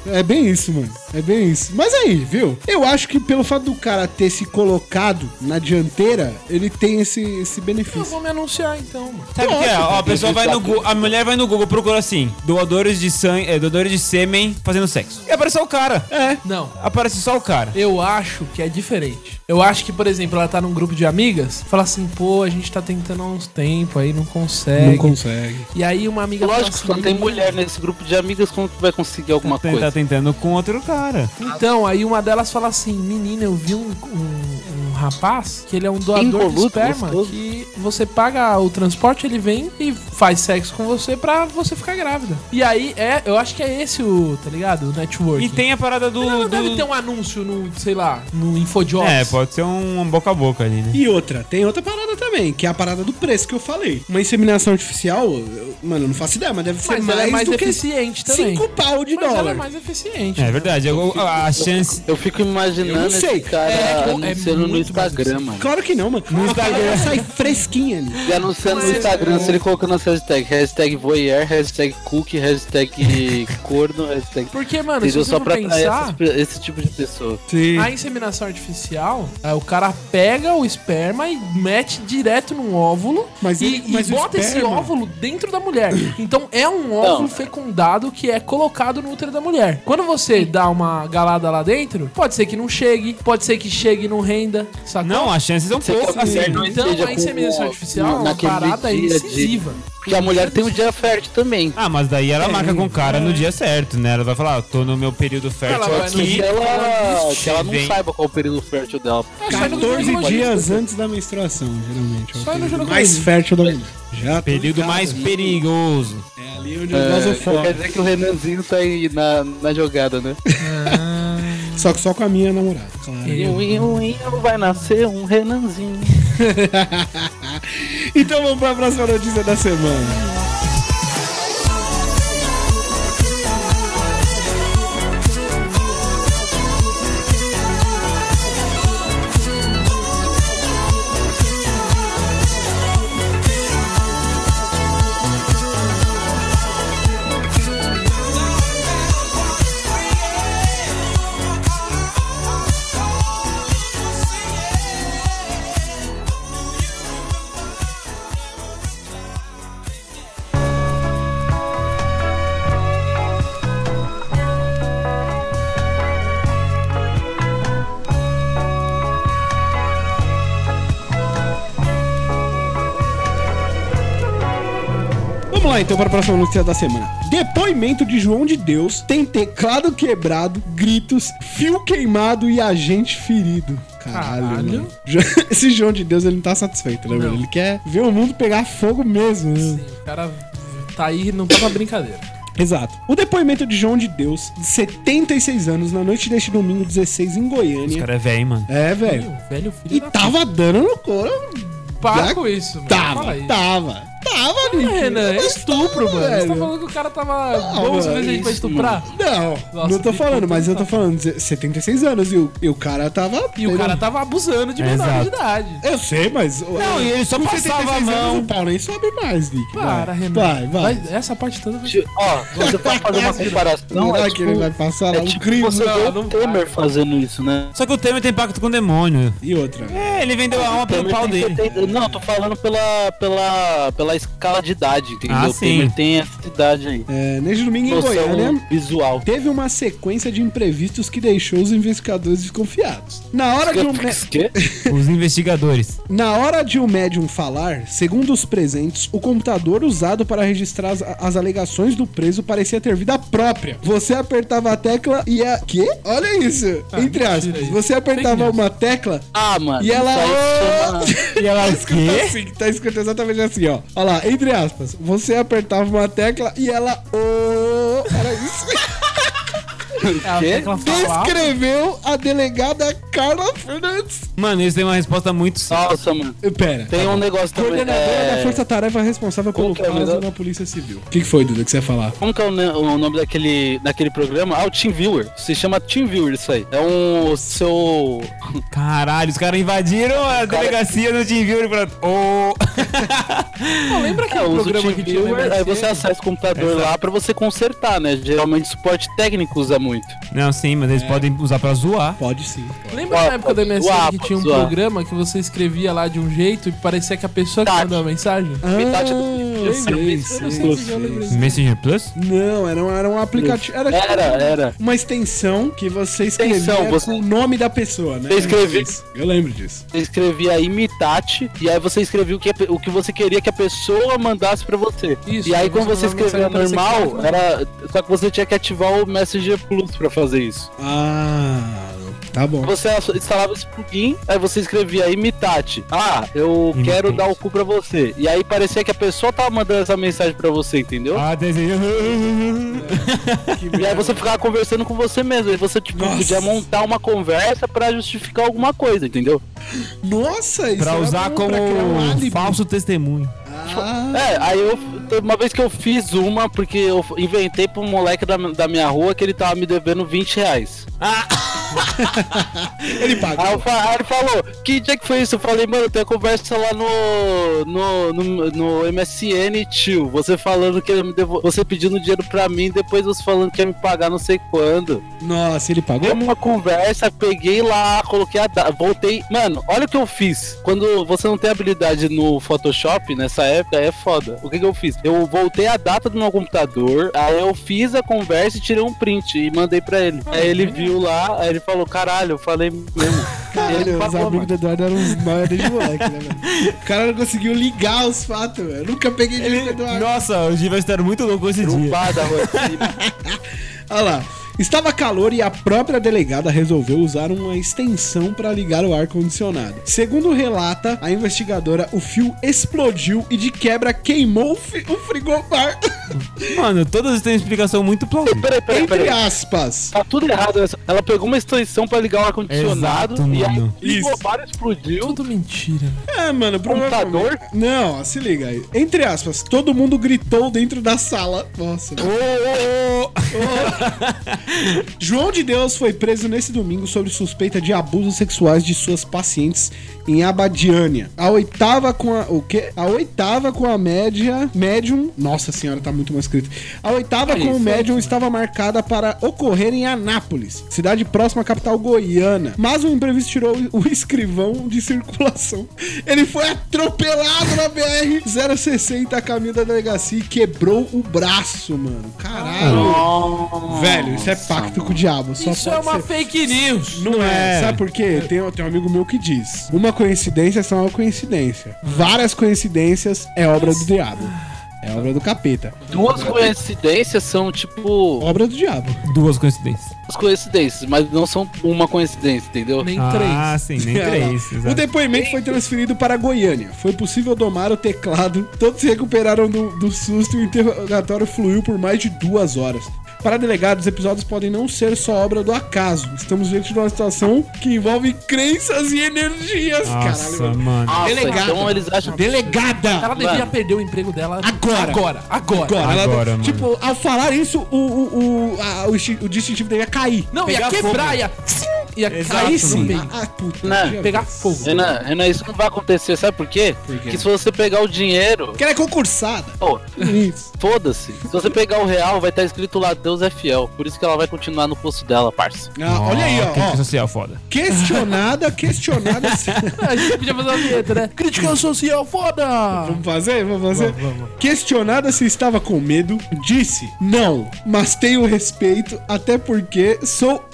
S2: é bem isso, mano. É bem isso. Mas aí, viu? Eu acho que pelo fato do cara ter se colocado na dianteira, ele tem esse, esse
S5: Eu
S2: benefício.
S5: vou me anunciar então, mano.
S3: Sabe o que é? Ó, a pessoa vai no Google, a mulher vai no Google, procura assim, doadores de sangue, é, doadores de sêmen fazendo sexo. E aparece só o cara. É.
S5: Não.
S3: Aparece só o cara.
S5: Eu acho que é diferente. Eu acho que, por exemplo, ela tá num grupo de amigas, fala assim, pô, a gente tá tentando há uns tempo aí, não consegue.
S2: Não consegue.
S5: E aí uma amiga fala
S4: Lógico, só
S5: assim,
S4: tem mulher nesse grupo de amigas, como que vai conseguir alguma
S3: Tá-
S4: coisa?
S3: Tá tentando com outro cara.
S5: Então, aí uma delas fala assim, menina, eu vi um, um- um rapaz que ele é um doador de
S4: Involuto,
S5: esperma
S4: gostoso.
S5: que você paga o transporte, ele vem e faz sexo com você pra você ficar grávida. E aí, é, eu acho que é esse o, tá ligado? O network.
S3: E tem a parada do...
S5: Não,
S3: do-
S5: deve ter um anúncio no, sei lá, no Infojobs.
S3: É, pode ser um boca a boca ali, né?
S2: E outra, tem outra parada também, que é a parada do preço que eu falei. Uma inseminação artificial, eu- mano, eu não faço ideia, mas deve ser
S5: Mas ela
S2: mais,
S5: é mais
S2: do que
S5: eficiente também.
S2: 5 pau de
S5: Mas ela é
S2: dólar.
S5: mais eficiente.
S3: É verdade, eu- a a chance...
S4: Eu fico imaginando
S2: Eu não sei.
S4: esse cara
S5: É, é
S4: anunciando no
S5: muito
S4: Instagram, mano.
S2: Claro que não, mano. No Instagram sai fresquinha ali.
S4: E anunciando no Instagram, se ele colocando as hashtags, hashtag voyeur, hashtag cook,
S5: [laughs]
S4: hashtag corno, hashtag...
S5: Porque, mano,
S4: Entendeu?
S5: se
S4: Só
S5: você for
S4: pra atrair
S5: pensar,
S4: essas pe- esse tipo de pessoa.
S2: Sim.
S5: a inseminação artificial, é, o cara pega o esperma e mete de direto num óvulo
S2: Mas
S5: e,
S2: ele-
S5: e
S2: mas o
S5: bota esse
S2: esperma-
S5: óvulo dentro da mulher. Então é um óvulo fecundado que é colocado no útero da mulher. Quando você dá uma galada lá dentro, pode ser que não chegue, pode ser que chegue e não renda, sacou?
S3: Não, as chances são poucas. Assim,
S5: Então
S4: esteja
S5: a
S4: com
S5: inseminação
S4: o-
S5: artificial é uma
S4: naquele
S5: parada
S4: dia de-
S5: incisiva.
S4: Porque a mulher tem um dia fértil também.
S3: Ah, mas daí ela marca com o cara no dia certo, né? Ela vai falar, ó, tô no meu período fértil
S5: Ela vai no
S3: aqui.
S4: Que ela, que ela
S3: Vem.
S4: não saiba qual é o período fértil dela.
S5: Só no-
S2: 14
S5: no-
S2: dias antes da menstruação, geralmente. É o
S5: Só no
S2: período
S5: jogo
S2: mais
S5: aí.
S2: fértil da mulher. Já tô
S3: Período
S2: ligado.
S3: mais perigoso.
S2: É ali onde
S4: É,
S2: eu gosto
S4: então quer
S2: foco.
S4: dizer que o Renanzinho tá aí na, na jogada, né?
S2: Só que só com a minha namorada. claro.
S4: E um, e um, e um vai nascer um Renanzinho.
S2: Então vamos pra próxima notícia da semana. Vamos lá então para a próxima notícia da semana. Depoimento de João de Deus tem teclado quebrado, gritos, fio queimado e agente ferido. Caralho.
S5: Caralho.
S2: mano. [laughs] Jo- Esse João de Deus ele não tá satisfeito, né, mano? Ele quer ver o mundo pegar fogo mesmo. né?
S5: Sim, assim, o cara tá aí, não tá pra brincadeira.
S2: Exato. O depoimento de João de Deus, de 76 anos, na noite deste domingo 16 em
S3: Esse
S2: Goiânia.
S3: cara é velho, hein, mano.
S2: É, velho.
S5: Meu velho
S2: E
S5: filho da
S2: tava dando no couro.
S5: Para
S2: Já tá,
S5: com isso, mano. Fala
S2: Tava,
S5: isso.
S2: tava. Tava,
S5: Ah,
S2: Nick.
S5: Renan, é estupro, mano. Você tá
S2: velho.
S5: falando que o cara tava bom o
S2: mano,
S5: suficiente
S4: isso,
S5: pra estuprar?
S2: Não,
S5: Nossa,
S2: não tô
S5: tem
S2: falando,
S5: que
S2: mas eu tô
S5: contar.
S2: falando de 76 anos e o, e o cara tava.
S5: E o cara tá- tava abusando de menor
S3: Exato.
S5: de idade.
S2: Eu sei, mas. Não,
S3: e ele só passava a mão.
S2: O pau nem sobe mais, Vic.
S5: Para,
S2: vai.
S5: Renan.
S2: Vai, vai.
S5: Vai, Essa parte toda vai.
S4: Ti- Ó, se você for fazer uma comparação,
S2: Será
S4: é
S2: que ele vai
S4: tipo,
S2: passar lá
S4: é
S2: um
S4: tipo
S2: crime?
S4: você ver
S5: não
S4: o Temer fazendo isso, né?
S3: Só que o Temer tem pacto com o demônio.
S2: E outra.
S3: É, ele vendeu a alma pelo
S4: Temer
S3: pau
S4: tem
S3: dele.
S4: 70 Não, tô falando pela, pela, pela escala de idade, entendeu?
S3: Ah,
S4: o
S3: sim.
S4: Temer tem essa idade aí.
S2: É, neste domingo em
S4: Noção
S3: um
S2: Goiânia.
S4: visual.
S2: Teve uma sequência de imprevistos que deixou os investigadores desconfiados. Na hora de um, mé-
S4: Quê?
S3: Os investigadores.
S2: na hora de um médium falar, segundo os presentes, o computador usado para registrar as, as alegações do preso parecia ter vida própria. Você apertava a tecla e a. Quê? Olha isso!
S5: Ah,
S2: Entre
S5: mentira
S2: aspas.
S5: isso.
S2: Você apertava
S5: Fake news.
S2: uma tecla
S4: Ah, mano.
S2: E ela- é
S4: [laughs] isso aí chama-
S3: E
S2: [laughs]
S3: ela,
S2: Tá,
S3: quê?
S2: assim, tá escrito exatamente assim, ó. Olha lá, entre aspas. Você apertava uma tecla e ela. ô, era isso.
S5: Ela
S4: quê?
S5: tem que ela falar.
S2: Descreveu a delegada Carla Fernandes.
S3: Mano, eesse tem uma resposta muito simples.
S4: Nossa, mano.
S2: Pera.
S4: Tem um negócio também.
S2: Coordenadora
S4: é-
S2: Tá da Força Tarefa responsável pelo
S4: Qual que é a
S2: caso
S4: melhor?
S2: na Polícia Civil. O que, que foi, Duda, que você ia falar?
S4: Como que é o, ne- o nome daquele, daquele programa? Ah, o TeamViewer. Se chama TeamViewer isso aí. É um o seu...
S3: Caralho, os caras invadiram a delegacia do Team Viewer pra. Oh. Ô.
S5: Pô, lembra aquele
S4: É, usa o
S5: um programa que tinha lá
S4: TeamViewer, aí
S5: mais
S4: você
S5: cedo?
S4: acessa o computador lá pra você consertar, né? Geralmente suporte técnico usa muito.
S3: Não, sim, mas eles podem usar pra zoar.
S2: Pode sim.
S5: Lembra na
S4: Zoar,
S5: época da MSN
S4: zoar,
S5: que tinha um
S4: zoar.
S5: programa que você escrevia lá de um jeito e parecia que a pessoa que
S4: Tá.
S5: mandou a mensagem?
S2: Ah,
S4: Metade
S2: eu sei, sei,
S5: sei se
S2: sei.
S5: eu lembrei.
S3: Messenger Plus?
S2: Não, era um, era um aplicativo. Era, tipo
S4: Era, era.
S2: Uma extensão que você escrevia
S4: Extensão, você-
S2: com o nome da pessoa, né?
S4: Você escrevia-
S2: Eu lembro disso.
S4: Você escrevia imitate, e aí você escrevia o que, a pe- o que você queria que a pessoa mandasse pra você.
S5: Isso,
S4: e aí
S5: aí
S4: quando
S5: você
S4: você
S5: mandava
S4: escrevia
S5: mensagem pra você
S4: normal,
S5: que
S4: era... Só que você tinha que ativar o Messenger Plus pra fazer isso.
S2: Ah, tá bom.
S4: Você instalava esse plugin, aí você escrevia imitate. Ah, eu
S3: Imitate.
S4: quero dar o cu pra você. E aí parecia que a pessoa tava mandando essa mensagem pra você, entendeu?
S3: Ah, desenho.
S4: E aí você ficava conversando com você mesmo. E você tipo,
S2: Nossa.
S4: podia montar uma conversa pra justificar alguma coisa, entendeu?
S2: Nossa, isso
S3: [laughs] Pra
S2: era
S3: usar
S2: bom
S3: como
S2: pra
S4: [laughs]
S2: criar um álibi.
S3: falso testemunho.
S2: Ah,
S4: É, aí eu. Uma vez que eu fiz uma, porque eu inventei pra um moleque da, da minha rua que ele tava me devendo 20 reais.
S3: Ah!
S2: Ele paga.
S4: Aí, eu fa- aí ele falou, que dia que foi isso? Eu falei, mano, tem uma conversa lá no, no, no, no MSN, tio. Você falando que ia me devo- você pedindo dinheiro pra mim, depois você falando que ia me pagar não sei quando.
S2: Nossa, ele pagou?
S4: Deu uma conversa, peguei lá, coloquei a data, voltei. Mano, olha o que eu fiz. Quando você não tem habilidade no Photoshop, nessa época, é foda. O que, que eu fiz? Eu voltei a data do meu computador, aí eu fiz a conversa e tirei um print e mandei pra ele. Aí ele viu lá, aí ele falou, caralho, eu falei mesmo. E ele
S2: Caralho, os
S4: pagou,
S2: amigos
S4: mano.
S2: do Eduardo eram uns nóia desde moleque, né, velho? O cara não conseguiu ligar os fatos, velho. Nunca peguei de
S3: Ele-
S2: Eduardo.
S3: Nossa, o G vai estar muito louco esse dia.
S4: Roubada,
S2: [laughs]
S4: Rodrigo.
S2: Olha lá. Estava calor e a própria delegada resolveu usar uma extensão para ligar o ar-condicionado. Segundo relata a investigadora, o fio explodiu e de quebra queimou o, fi- o [laughs] frigobar.
S3: Mano, todas têm explicação muito plausível.
S4: Peraí, peraí,
S2: Entre
S4: peraí.
S2: aspas.
S4: Tá tudo errado. nessa- Ela pegou uma extensão pra ligar o ar-condicionado
S3: Exato,
S4: e aí
S3: mano.
S4: o
S2: Isso.
S4: roubaram, explodiu.
S5: Tudo mentira. né?
S2: É, mano, provavelmente-
S4: Computador?
S2: Não, ó, se liga aí. Entre aspas, todo mundo gritou dentro da sala. Nossa. mano. João de Deus foi preso nesse domingo sobre suspeita de abusos sexuais de suas pacientes em Abadiânia. A oitava com a. O quê? A oitava com a média. Médium. Nossa senhora, tá muito mal escrito. A oitava com o médium estava marcada para ocorrer em Anápolis, cidade próxima à capital goiana. Mas um imprevisto tirou o escrivão de circulação. Ele foi atropelado na BR-060 a caminho da delegacia e quebrou o braço, mano. Caralho. Velho, isso é pacto com o diabo. Só
S5: Isso é
S2: pode
S5: uma
S2: ser.
S5: fake news.
S2: Não é. Sabe por quê? Tem, tem um amigo meu que diz: Uma coincidência são uma coincidência. Várias coincidências é obra do diabo. É obra do capeta.
S4: Duas coincidências são tipo.
S2: Obra do diabo.
S3: Duas coincidências.
S4: Duas coincidências, mas não são uma coincidência, entendeu?
S5: Nem
S3: Ah,
S5: três.
S2: [laughs]
S3: sim, nem três.
S2: É. o
S3: exato.
S2: depoimento foi transferido para Goiânia. Foi possível domar o teclado. Todos se recuperaram do, do susto e o interrogatório fluiu por mais de duas horas. Para delegados, os episódios podem não ser só obra do acaso. Estamos diante de uma situação que envolve crenças e energias.
S3: Nossa,
S2: Caralho,
S3: mano.
S4: Nossa,
S2: Delegado.
S4: então eles acham que
S2: Delegada!
S5: Ela devia
S4: Mano.
S5: perder o emprego dela
S2: Agora.
S5: Agora, agora.
S2: Agora, ela-
S3: Agora, mano.
S2: tipo, ao falar isso, o, o, o, a- o, chi- o distintivo dele ia cair.
S5: Não, ia
S3: Pegar
S5: quebrar,
S3: fogo.
S5: ia, ia
S3: Exato,
S5: cair sim.
S3: mano.
S2: Ah, ah, puta.
S4: Não,
S2: tinha-
S5: Pegar fogo.
S4: Renan, Renan, isso não vai acontecer, sabe por quê?
S2: Por quê?
S4: Porque se você pegar o dinheiro.
S2: Porque ela é concursada.
S4: Pô,
S2: Isso.
S4: foda-se. Se você pegar o real, vai estar escrito lá Deus é fiel. Por isso que ela vai continuar no posto dela, parça.
S2: Ah, olha aí, ó,
S3: Crítica
S2: ó.
S3: social foda.
S2: Questionada, questionada.
S5: A gente podia fazer uma vinheta, né? Crítica social, foda!
S2: Vamos fazer? Vamos fazer? Questionada se estava com medo, disse: Não, mas tenho respeito, até porque sou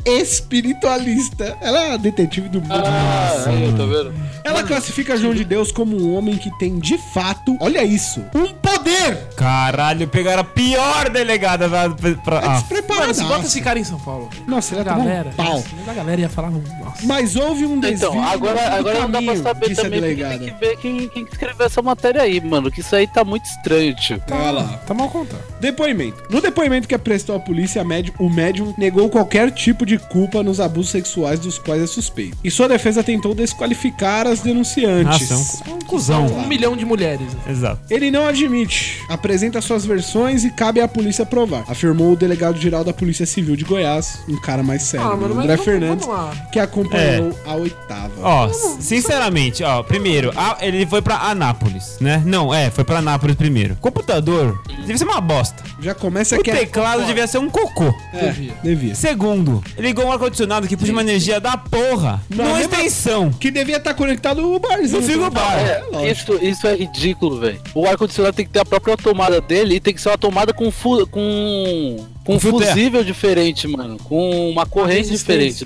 S2: espiritualista. Ela é a detetive do mundo.
S4: Ah, eu tô vendo.
S2: Ela classifica João de Deus como um homem que tem, de fato, olha isso, um poder
S3: Caralho, pegaram a pior delegada da- pra. pra- ah,
S5: Mano,
S2: Tá Despreparadaço.
S5: se bota esse cara em São Paulo. velho.
S2: Nossa, ele
S5: A
S2: ia tomar
S5: galera.
S2: um pau.
S5: A galera ia falar. Nossa.
S2: Mas houve um desvio.
S4: Então, agora,
S2: do
S4: agora não dá pra
S2: caminho,
S4: saber
S2: disse a
S4: também porque
S2: delegada.
S4: tem que ver quem, quem que escreveu essa matéria aí, mano. Que isso aí tá muito estranho, tio.
S2: Olha lá.
S5: Tá mal contado.
S2: Depoimento. No depoimento que aprestou à polícia, a médi- o médium negou qualquer tipo de culpa nos abusos sexuais dos quais é suspeito. E sua defesa tentou desqualificar as denunciantes.
S3: Nossa, é um cu- um cuzão.
S5: Um milhão de mulheres.
S3: Exato.
S2: Ele não admite, apresenta suas versões e cabe à polícia provar, afirmou o delegado-geral da Polícia Civil de Goiás, um cara mais sério,
S5: Ah, mano,
S2: né?
S5: mas
S2: André
S5: vamos-
S2: Fernandes,
S5: vamos lá.
S2: que acompanhou
S4: É.
S2: a oitava.
S3: Ó, sinceramente, ó, primeiro, a- ele foi pra Anápolis, né? Não, é, foi pra Anápolis primeiro. Computador devia ser uma bosta.
S2: Já começa
S3: O
S2: aqui. a-
S3: teclado devia ser um cocô.
S2: É, devia.
S3: Segundo, ele ligou um ar-condicionado que puxa uma energia da porra.
S2: Não,
S3: Numa
S2: mesmo-
S3: extensão.
S2: Que devia estar conectado o né? barzinho.
S3: No frigobar.
S4: É, isso, isso é ridículo, velho. O ar-condicionado tem que ter a própria tomada dele e tem que ser uma tomada com fu com, com um
S3: Futé.
S4: fusível diferente, mano. Com uma corrente
S5: resistência.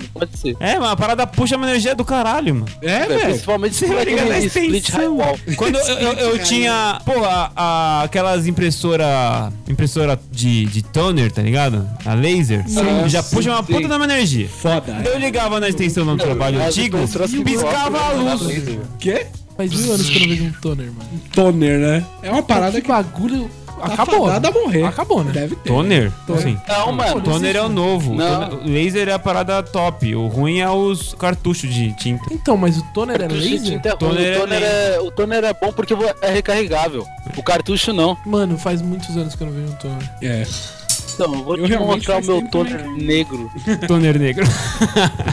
S4: diferente, não pode ser.
S3: É, mano, a parada puxa uma energia do caralho, mano.
S2: É,
S4: Véi,
S2: velho.
S4: Principalmente se
S3: Você vai
S4: for
S3: ligar na
S4: aquele split
S3: extensão.
S4: highwall.
S3: Quando eu, eu- eu tinha, pô, a- a- aquelas impressora, impressora de, de toner, tá ligado? A laser. já puxa uma puta da minha energia.
S2: Foda. É
S3: Eu ligava na extensão do trabalho
S4: As
S3: antigo,
S4: impressoras que
S3: piscava a
S4: colocam na
S3: luz.
S4: laser.
S2: Quê?
S5: Faz mil anos que eu não vejo um toner, mano.
S2: Toner, né? É uma parada
S5: que
S2: que
S5: bagulho.
S2: tá
S5: Acabou.
S2: fadada a morrer.
S5: Acabou, né?
S2: Deve ter.
S3: Toner? Sim.
S4: Não, mano.
S3: Toner é o novo.
S4: Não.
S3: Toner- Laser é a parada top. O ruim é os cartuchos de
S5: [laughs]
S3: tinta.
S5: Então, mas o toner é
S4: Cartucho de
S5: laser?
S4: tinta é ruim,
S3: Toner é
S4: o, toner é, o toner é bom porque vo- é recarregável. O cartucho não.
S5: Mano, faz muitos anos que eu não vejo um toner.
S2: É.
S4: Então, eu vou
S2: Eu
S4: te
S2: realmente
S4: mostrar o
S2: faz
S4: meu
S2: tempo
S4: toner negro.
S3: Toner [laughs] negro.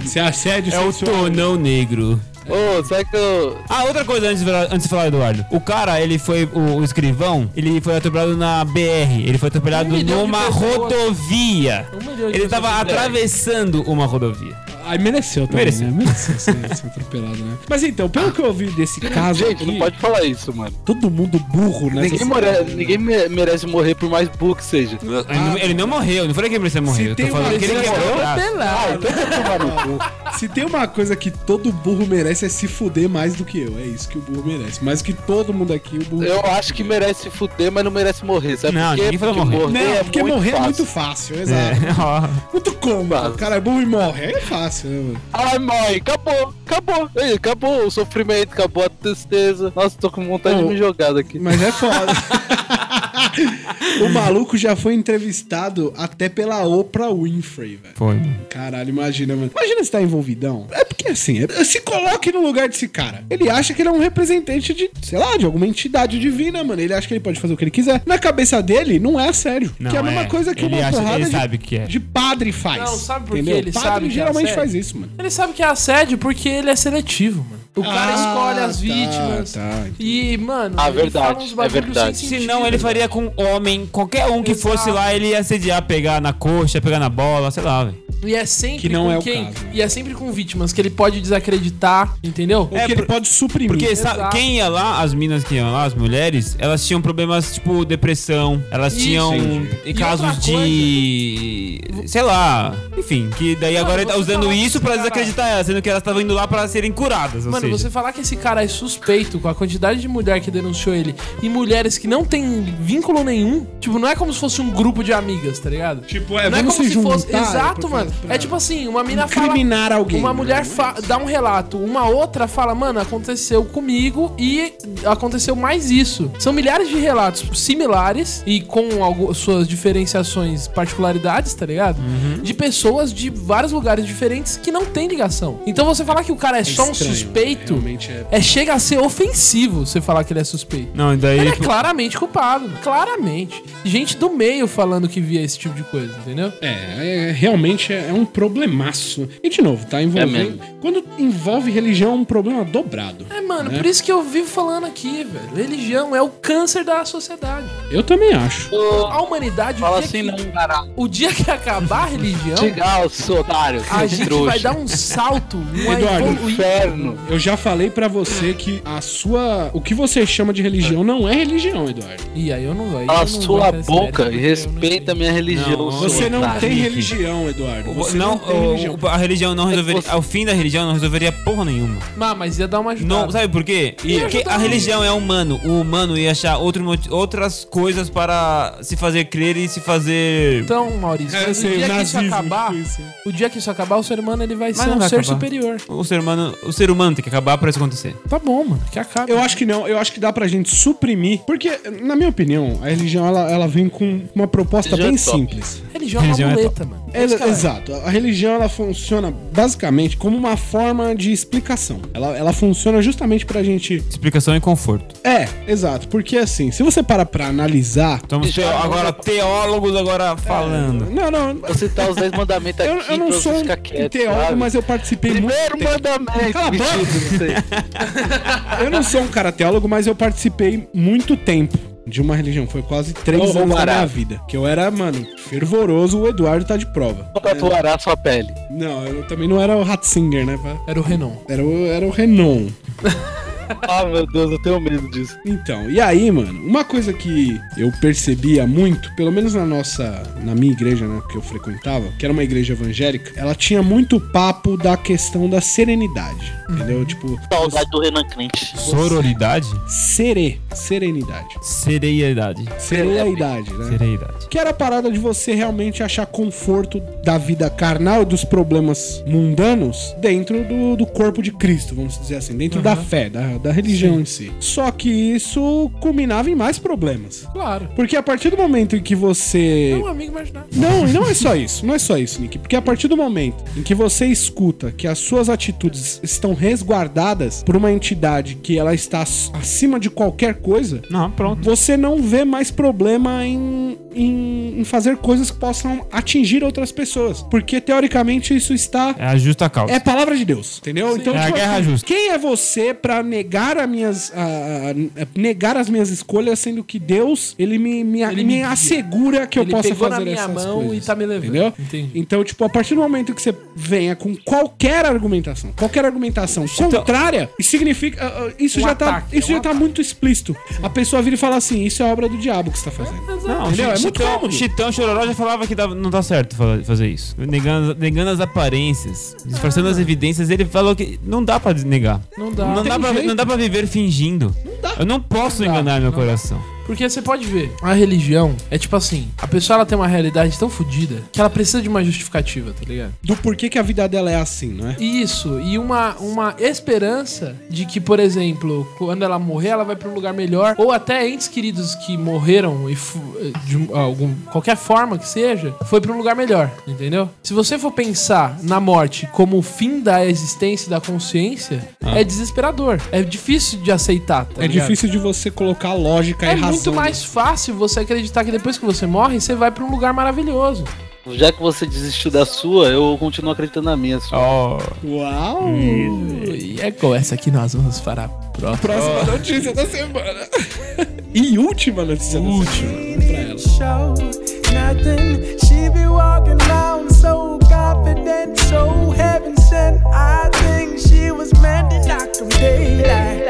S2: Se assédio
S3: É o
S2: sexual-
S3: tonão negro.
S4: Ô, será que eu.
S3: Ah, outra coisa antes de, falar- antes de falar, Eduardo. O cara, ele foi. O, o escrivão, ele foi atropelado na BR. Ele foi atropelado
S5: Um milhão de
S3: numa
S5: pessoas.
S3: rodovia.
S5: Um milhão de
S3: Ele tava
S5: pessoas.
S3: atravessando uma rodovia.
S2: Aí mereceu também,
S3: Mereceu.
S2: né? Mereceu ser, [laughs] ser atropelado, né? Mas então, pelo que eu ouvi desse caso
S4: Gente,
S2: aqui,
S4: não pode falar isso, mano.
S2: todo mundo burro, né?
S4: Ninguém, more- ninguém me- merece morrer por mais burro que seja.
S3: Ele, não, ele não morreu, não falei que ele precisa morrer. Eu tô
S2: tem uma
S3: falando que ele
S2: coisa-
S3: quebrou o braço.
S4: Ah, então vai tomar no cu.
S2: Se tem uma coisa que todo burro merece é se fuder mais do que eu. É isso que o burro merece. Mais que todo mundo aqui, o burro.
S4: Eu acho que merece se fuder, mas não merece morrer, sabe
S3: Não,
S4: por quê?
S3: ninguém falou
S4: Porque
S3: morrer.
S2: Não, porque morrer é muito
S4: fácil.
S2: fácil,
S3: É,
S2: exato.
S3: [laughs] ó.
S2: Muito cômodo.
S4: Fácil.
S2: O cara é burro e morre. Aí é fácil, né, mano?
S4: Ai, mãe, acabou, acabou. Ei, acabou o sofrimento, acabou a tristeza. Nossa, tô com vontade
S2: Ô,
S4: de me jogar daqui.
S2: Mas é foda. o maluco já foi entrevistado até pela Oprah Winfrey, velho.
S3: Foi, mano.
S2: Caralho, imagina, mano. Imagina se tá envolvidão. É porque assim, é- se coloque no lugar desse cara. Ele acha que ele é um representante de, sei lá, de alguma entidade divina, mano. Ele acha que ele pode fazer o que ele quiser. Na cabeça dele, não é sério.
S3: Não,
S2: que é a mesma
S3: é.
S2: coisa que
S3: Ele
S2: uma
S3: acha-
S2: porrada
S3: ele
S2: de,
S3: sabe que é.
S2: de padre faz.
S5: Não, sabe por que
S2: entendeu?
S5: ele
S2: padre
S5: sabe que é
S2: geralmente
S5: sério?
S2: faz isso, mano.
S5: Ele sabe que é assédio porque ele é seletivo, mano. O cara
S2: Ah,
S5: escolhe as
S2: tá,
S5: vítimas.
S2: tá.
S5: E, mano,
S4: Ah,
S5: ele
S4: verdade,
S5: fala uns
S4: é
S5: bagulho
S4: verdade.
S5: sem sentido. né?
S3: Senão ele faria com homem, qualquer um que
S5: Exato.
S3: fosse lá, ele ia assediar, pegar na coxa, pegar na bola, sei lá, velho.
S5: E é sempre
S2: Que não
S5: com
S2: é o
S5: quem.
S2: caso.
S5: E é sempre com vítimas que ele pode desacreditar, entendeu?
S2: Ou que ele
S3: por-
S2: pode suprimir.
S3: Porque sabe,
S5: Exato.
S3: quem ia lá, as minas que iam lá, as mulheres, elas tinham problemas tipo depressão, elas
S5: Isso.
S3: tinham
S5: E
S3: casos
S5: outra
S3: de. sei lá. Enfim, que daí
S5: Mano,
S3: agora ele tá
S5: você
S3: usando
S5: falar
S3: isso
S5: que
S3: pra
S5: esse cara-
S3: desacreditar elas, sendo que elas estavam indo lá pra serem curadas. Ou
S5: Mano,
S3: seja,
S5: você falar que esse cara é suspeito com a quantidade de mulher que denunciou ele e mulheres que não tem vínculo nenhum, tipo, não é como se fosse um grupo de amigas, tá ligado?
S2: Tipo, é,
S5: não é
S2: vamos
S5: como
S2: se
S5: se
S2: juntar,
S5: fosse.
S2: é,
S5: Exato,
S2: porque-
S5: mano.
S2: pra-
S5: É tipo assim, uma mina
S2: Um Incriminar
S5: fala.
S2: alguém,
S5: Uma
S2: né?
S5: mulher fa- dá um relato, uma outra fala, mano, aconteceu comigo e aconteceu mais isso. São milhares de relatos similares e com algu- suas diferenciações, particularidades, tá ligado?
S2: Uhum.
S5: De pessoas de vários lugares diferentes que não tem ligação. Então você falar que o cara é, só um
S2: estranho,
S5: suspeito.
S2: Realmente é.
S5: É, chega a ser ofensivo você falar que ele é suspeito.
S3: Não, e daí.
S5: Ele é
S3: tipo,
S5: claramente culpado, mano. claramente. Gente do meio falando que via esse tipo de coisa, entendeu?
S2: É, é- realmente é, é um problemaço. E de novo,
S4: É
S2: tá envolvendo. quando envolve religião, é um problema dobrado.
S5: É, mano,
S2: né?
S5: por isso que eu vivo falando aqui, velho. Religião é o câncer da sociedade.
S2: Eu também acho.
S4: Ô,
S5: A humanidade,
S4: Fala
S5: o, dia
S4: assim,
S5: que,
S4: não, caralho.
S5: o dia que acabar a religião,
S4: Chegar, seu otário,
S5: a
S4: seu
S5: gente
S4: trouxa.
S5: vai dar um salto, um uma
S2: Eduardo,
S5: evoluída.
S4: inferno.
S2: um Eu já falei pra você que a sua. O que você chama de religião não é religião, Eduardo.
S5: E aí eu não vou. aí eu
S4: Cala a
S5: não vou
S4: sua
S5: pra esse
S4: boca e
S5: mérito, porque eu não sei.
S4: respeita a minha religião,
S3: Não,
S4: seu
S2: Você não
S4: otário.
S2: tem
S3: Henrique.
S2: religião, Eduardo. Você
S3: não,
S2: não, tem
S3: o-
S2: religião.
S3: o- a religião
S5: É
S3: não resolveria.
S4: você-
S3: O fim da religião não resolveria porra nenhuma.
S5: Mas, mas ia dar uma ajudada.
S3: Não, sabe por quê?
S5: Ia
S3: Porque
S5: ajudar
S3: a
S5: ele.
S3: religião é humano. O humano ia achar outro moti- outras coisas para se fazer crer e se fazer.
S5: Então, Maurício,
S2: É, eu
S5: mas
S2: sei,
S5: o dia que isso
S2: nazismo,
S5: acabar,
S2: tipo isso.
S5: o dia que isso acabar, o ser humano ele vai ser
S3: não
S5: um
S3: vai
S5: ser
S3: acabar.
S5: superior.
S3: O ser humano, o ser humano tem que acabar pra isso acontecer.
S5: Tá bom, mano, que acabe.
S2: Eu acho que não, eu acho que dá pra gente suprimir. Porque, na minha opinião, a religião ela, ela vem com uma proposta
S4: Religião
S2: bem
S4: é top.
S2: simples.
S5: Religião é uma
S3: Religião é
S5: muleta, mano.
S2: É,
S5: Esse cara-
S2: exato. A religião ela funciona basicamente como uma forma de explicação. Ela, ela funciona justamente pra gente.
S3: Explicação e conforto.
S2: É, exato. Porque assim, se você parar pra analisar.
S3: Estamos teo- agora teólogos agora falando.
S2: Não, não.
S4: Vou citar os 10 mandamentos aqui
S2: Eu, eu não
S4: pra
S2: sou
S4: você
S2: um
S4: ficar quieto,
S2: teólogo,
S4: sabe?
S2: mas eu participei
S4: Primeiro
S2: muito.
S4: mandamento.
S2: Cala a boca.
S4: Mentira, não
S2: [laughs]
S4: sei.
S2: Eu não sou um cara teólogo, mas eu participei muito tempo de uma religião. Foi quase três
S4: Ô,
S2: anos da
S4: Romará.
S2: minha vida. Que eu era, mano, fervoroso. O Eduardo tá de prova.
S4: Tatuará sua pele.
S2: Não, eu também não era o Ratzinger, né?
S5: Era o Renon.
S2: Era o, era o Renon.
S4: Ah, meu Deus, eu tenho medo disso.
S2: Então, e aí, mano, uma coisa que eu percebia muito, pelo menos na nossa, na minha igreja, né, que eu frequentava, que era uma igreja evangélica, ela tinha muito papo da questão da serenidade, entendeu? Tipo,
S4: Saudade do Renan Crente.
S3: É, Sororidade?
S2: serê, serenidade.
S3: Sereidade.
S2: Sereidade, né?
S3: Sereidade.
S2: Que era a parada de você realmente achar conforto da vida carnal e dos problemas mundanos dentro do, do corpo de Cristo, vamos dizer assim, dentro da fé, da, da religião em si. Só que isso culminava em mais problemas.
S5: Claro.
S2: Porque a partir do momento em que
S5: É
S2: você.
S5: um amigo imaginário.
S2: Não, e não é só isso, não é só isso, Nick. Porque a partir do momento em que você escuta que as suas atitudes estão resguardadas por uma entidade que ela está ac- acima de qualquer coisa,
S3: Não, pronto.
S2: você não vê mais problema em em, em fazer coisas que possam atingir outras pessoas. Porque, teoricamente, isso está.
S6: É a justa causa.
S2: É palavra de Deus, entendeu? Então,
S6: É a guerra justa.
S2: Quem é você pra negar as minhas ah, ah, negar as minhas escolhas, sendo que Deus ele me, me,
S5: Ele
S2: me
S5: me guia.
S2: assegura que
S5: Ele
S2: eu possa
S5: pegou na
S2: fazer
S5: minha
S2: essas
S5: mão
S2: coisas,
S5: e tá me levando.
S2: Entendeu?
S5: Entendi.
S2: Então, tipo, a partir do momento que você venha com qualquer argumentação, qualquer argumentação contrária, isso significa ah, ah, isso
S5: Então, Um
S2: já tá
S5: ataque, é
S2: isso
S5: um
S2: já tá muito explícito. A pessoa vira e fala assim: isso é obra do diabo que você tá fazendo.
S6: Não,
S2: entendeu? É
S6: Chi-
S2: muito
S6: Chitão,
S2: cômodo.
S6: Chitão Chororó já falava que dava- não tá certo fa- fazer isso. Negando, negando as aparências, disfarçando as evidências, ele falou que não dá pra negar.
S5: Não dá.
S6: Não,
S5: Tem
S6: dá pra,
S2: jeito.
S6: não dá pra viver fingindo. Eu não posso enganar meu coração.
S5: Porque você pode ver, a religião é tipo assim, a pessoa ela tem uma realidade tão fodida que ela precisa de uma justificativa, tá ligado?
S2: Do porquê que a vida dela é assim, não é?
S5: Isso, e uma, uma esperança de que, por exemplo, quando ela morrer, ela vai pra um lugar melhor, ou até entes queridos que morreram e fu- de um- algum, qualquer forma que seja, foi pra um lugar melhor, entendeu? Se você for pensar na morte como o fim da existência e da consciência, é desesperador. É difícil de aceitar, tá
S2: É
S5: ligado?
S2: difícil de você colocar lógica
S5: É
S2: e razão.
S5: muito mais fácil você acreditar que depois que você morre, você vai pra um lugar maravilhoso.
S4: Já que você desistiu da sua, eu continuo acreditando na minha. só.
S2: Uau!
S5: E é com essa que nós vamos para a próxima.
S2: Próxima notícia da semana. [laughs] e última notícia última. da semana. Última.
S1: show nothing. She be walking around so confident, so heaven sent. I think she was meant to knock them daylight. Like-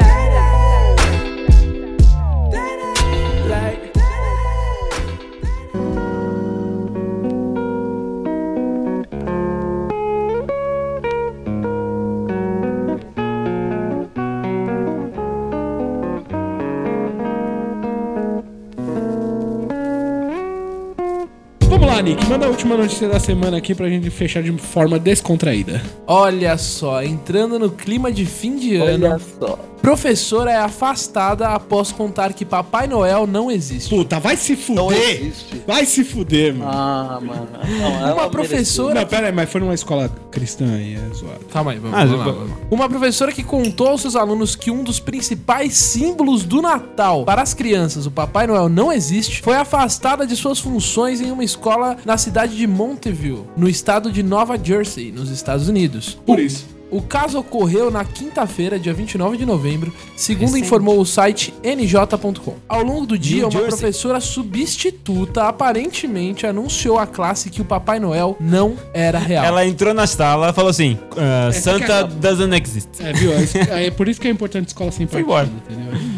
S2: Vamos lá, Nick. Manda a última notícia da semana aqui pra gente fechar de forma descontraída.
S5: Olha só, entrando no clima de fim de ano,
S4: Olha só.
S5: professora é afastada após contar que Papai Noel não existe.
S2: Puta, vai se
S4: Não
S2: fuder!
S4: existe.
S2: Vai se fuder, mano.
S4: Ah, mano. Não, ela
S5: Uma
S4: mereceu.
S5: professora.
S2: Não, pera aí, mas foi numa escola cristã aí, é zoado.
S5: Calma aí, vamos,
S6: Ah,
S5: vamos lá,
S6: eu-
S5: vamos lá. Uma professora que contou aos seus alunos que um dos principais símbolos do Natal para as crianças, o Papai Noel, não existe, foi afastada de suas funções em uma escola na cidade de Monteville, no estado de Nova Jersey, nos Estados Unidos.
S2: Por isso.
S5: O caso ocorreu na quinta-feira, dia 29 de novembro, segundo informou o site nj.com. Ao longo do dia, uma professora substituta aparentemente anunciou à classe que o Papai Noel não era real.
S6: Ela entrou na sala e falou assim: "Ah, Santa
S2: cagada.
S6: doesn't exist.
S2: É, viu? É, é por isso que é importante escola sem
S6: Foi
S2: partido,
S6: embora.
S2: entendeu?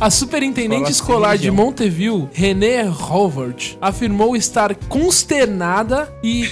S5: A superintendente
S6: Escola
S5: escolar de Monteville, René Howard, afirmou estar consternada e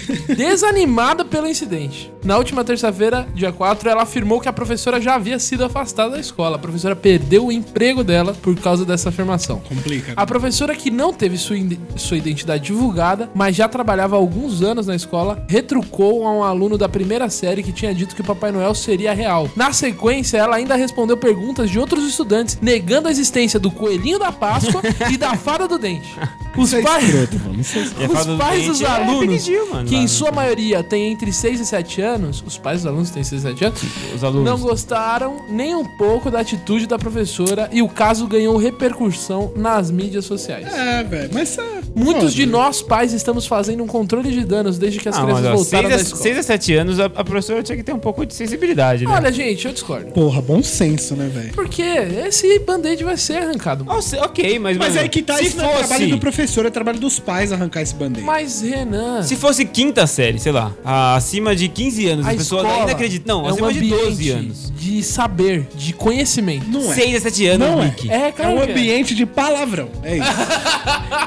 S5: desanimada pelo incidente. Na última terça-feira, dia 4, ela afirmou que a professora já havia sido afastada da escola. A professora perdeu o emprego dela por causa dessa afirmação.
S2: É Complica. né?
S5: A professora que não teve sua, in- sua identidade divulgada, mas já trabalhava há alguns anos na escola, retrucou a um aluno da primeira série que tinha dito que o Papai Noel seria real. Na sequência, ela ainda respondeu perguntas de outros estudantes, negando a existência do coelhinho da Páscoa e da fada do dente. Os
S2: Isso é
S5: pais.
S2: escroto, mano. Isso é escroto.
S6: E a fala
S5: Os
S6: do
S5: pais
S6: cliente,
S5: dos
S6: "É,
S5: alunos,
S6: pediu, mano,
S5: que
S6: lá
S5: em
S6: no-
S5: sua maioria têm entre 6 e 7 anos, os pais dos alunos têm 6 e 7 anos,
S6: Os alunos.
S5: não gostaram nem um pouco da atitude da professora e o caso ganhou repercussão nas mídias sociais.
S2: [laughs] É, velho, mas... É...
S5: Muitos
S2: Pô,
S5: de nós, pais, estamos fazendo um controle de danos desde que as
S6: Ah,
S5: crianças
S6: mas, ó,
S5: voltaram da
S6: 6 a,
S5: escola.
S6: 6 a 7 anos a, a professora tinha que ter um pouco de sensibilidade, né?
S3: é-
S5: Olha, gente, eu discordo.
S2: Porra, bom senso, né, velho?
S5: Porque esse band-aid vai ser arrancado.
S6: Ah, se- ok, mas.
S2: Mas
S6: mano,
S2: aí que tá,
S6: se
S2: isso não é trabalho
S6: fosse.
S2: do professor, é trabalho dos pais arrancar esse band-aid.
S5: Mas, Renan...
S6: Se fosse quinta série, sei lá, a- acima de 15 anos,
S5: a
S6: as
S3: tá
S6: pessoas
S5: escola
S6: ainda acreditam. Não,
S5: é um
S6: acima de
S5: ambiente
S6: 12 anos.
S5: de saber, de conhecimento.
S2: Não é.
S6: 6 a 7 anos,
S2: Não é.
S6: Nick.
S5: É,
S2: É
S5: claro
S2: um
S5: que é.
S2: ambiente de palavrão. É isso.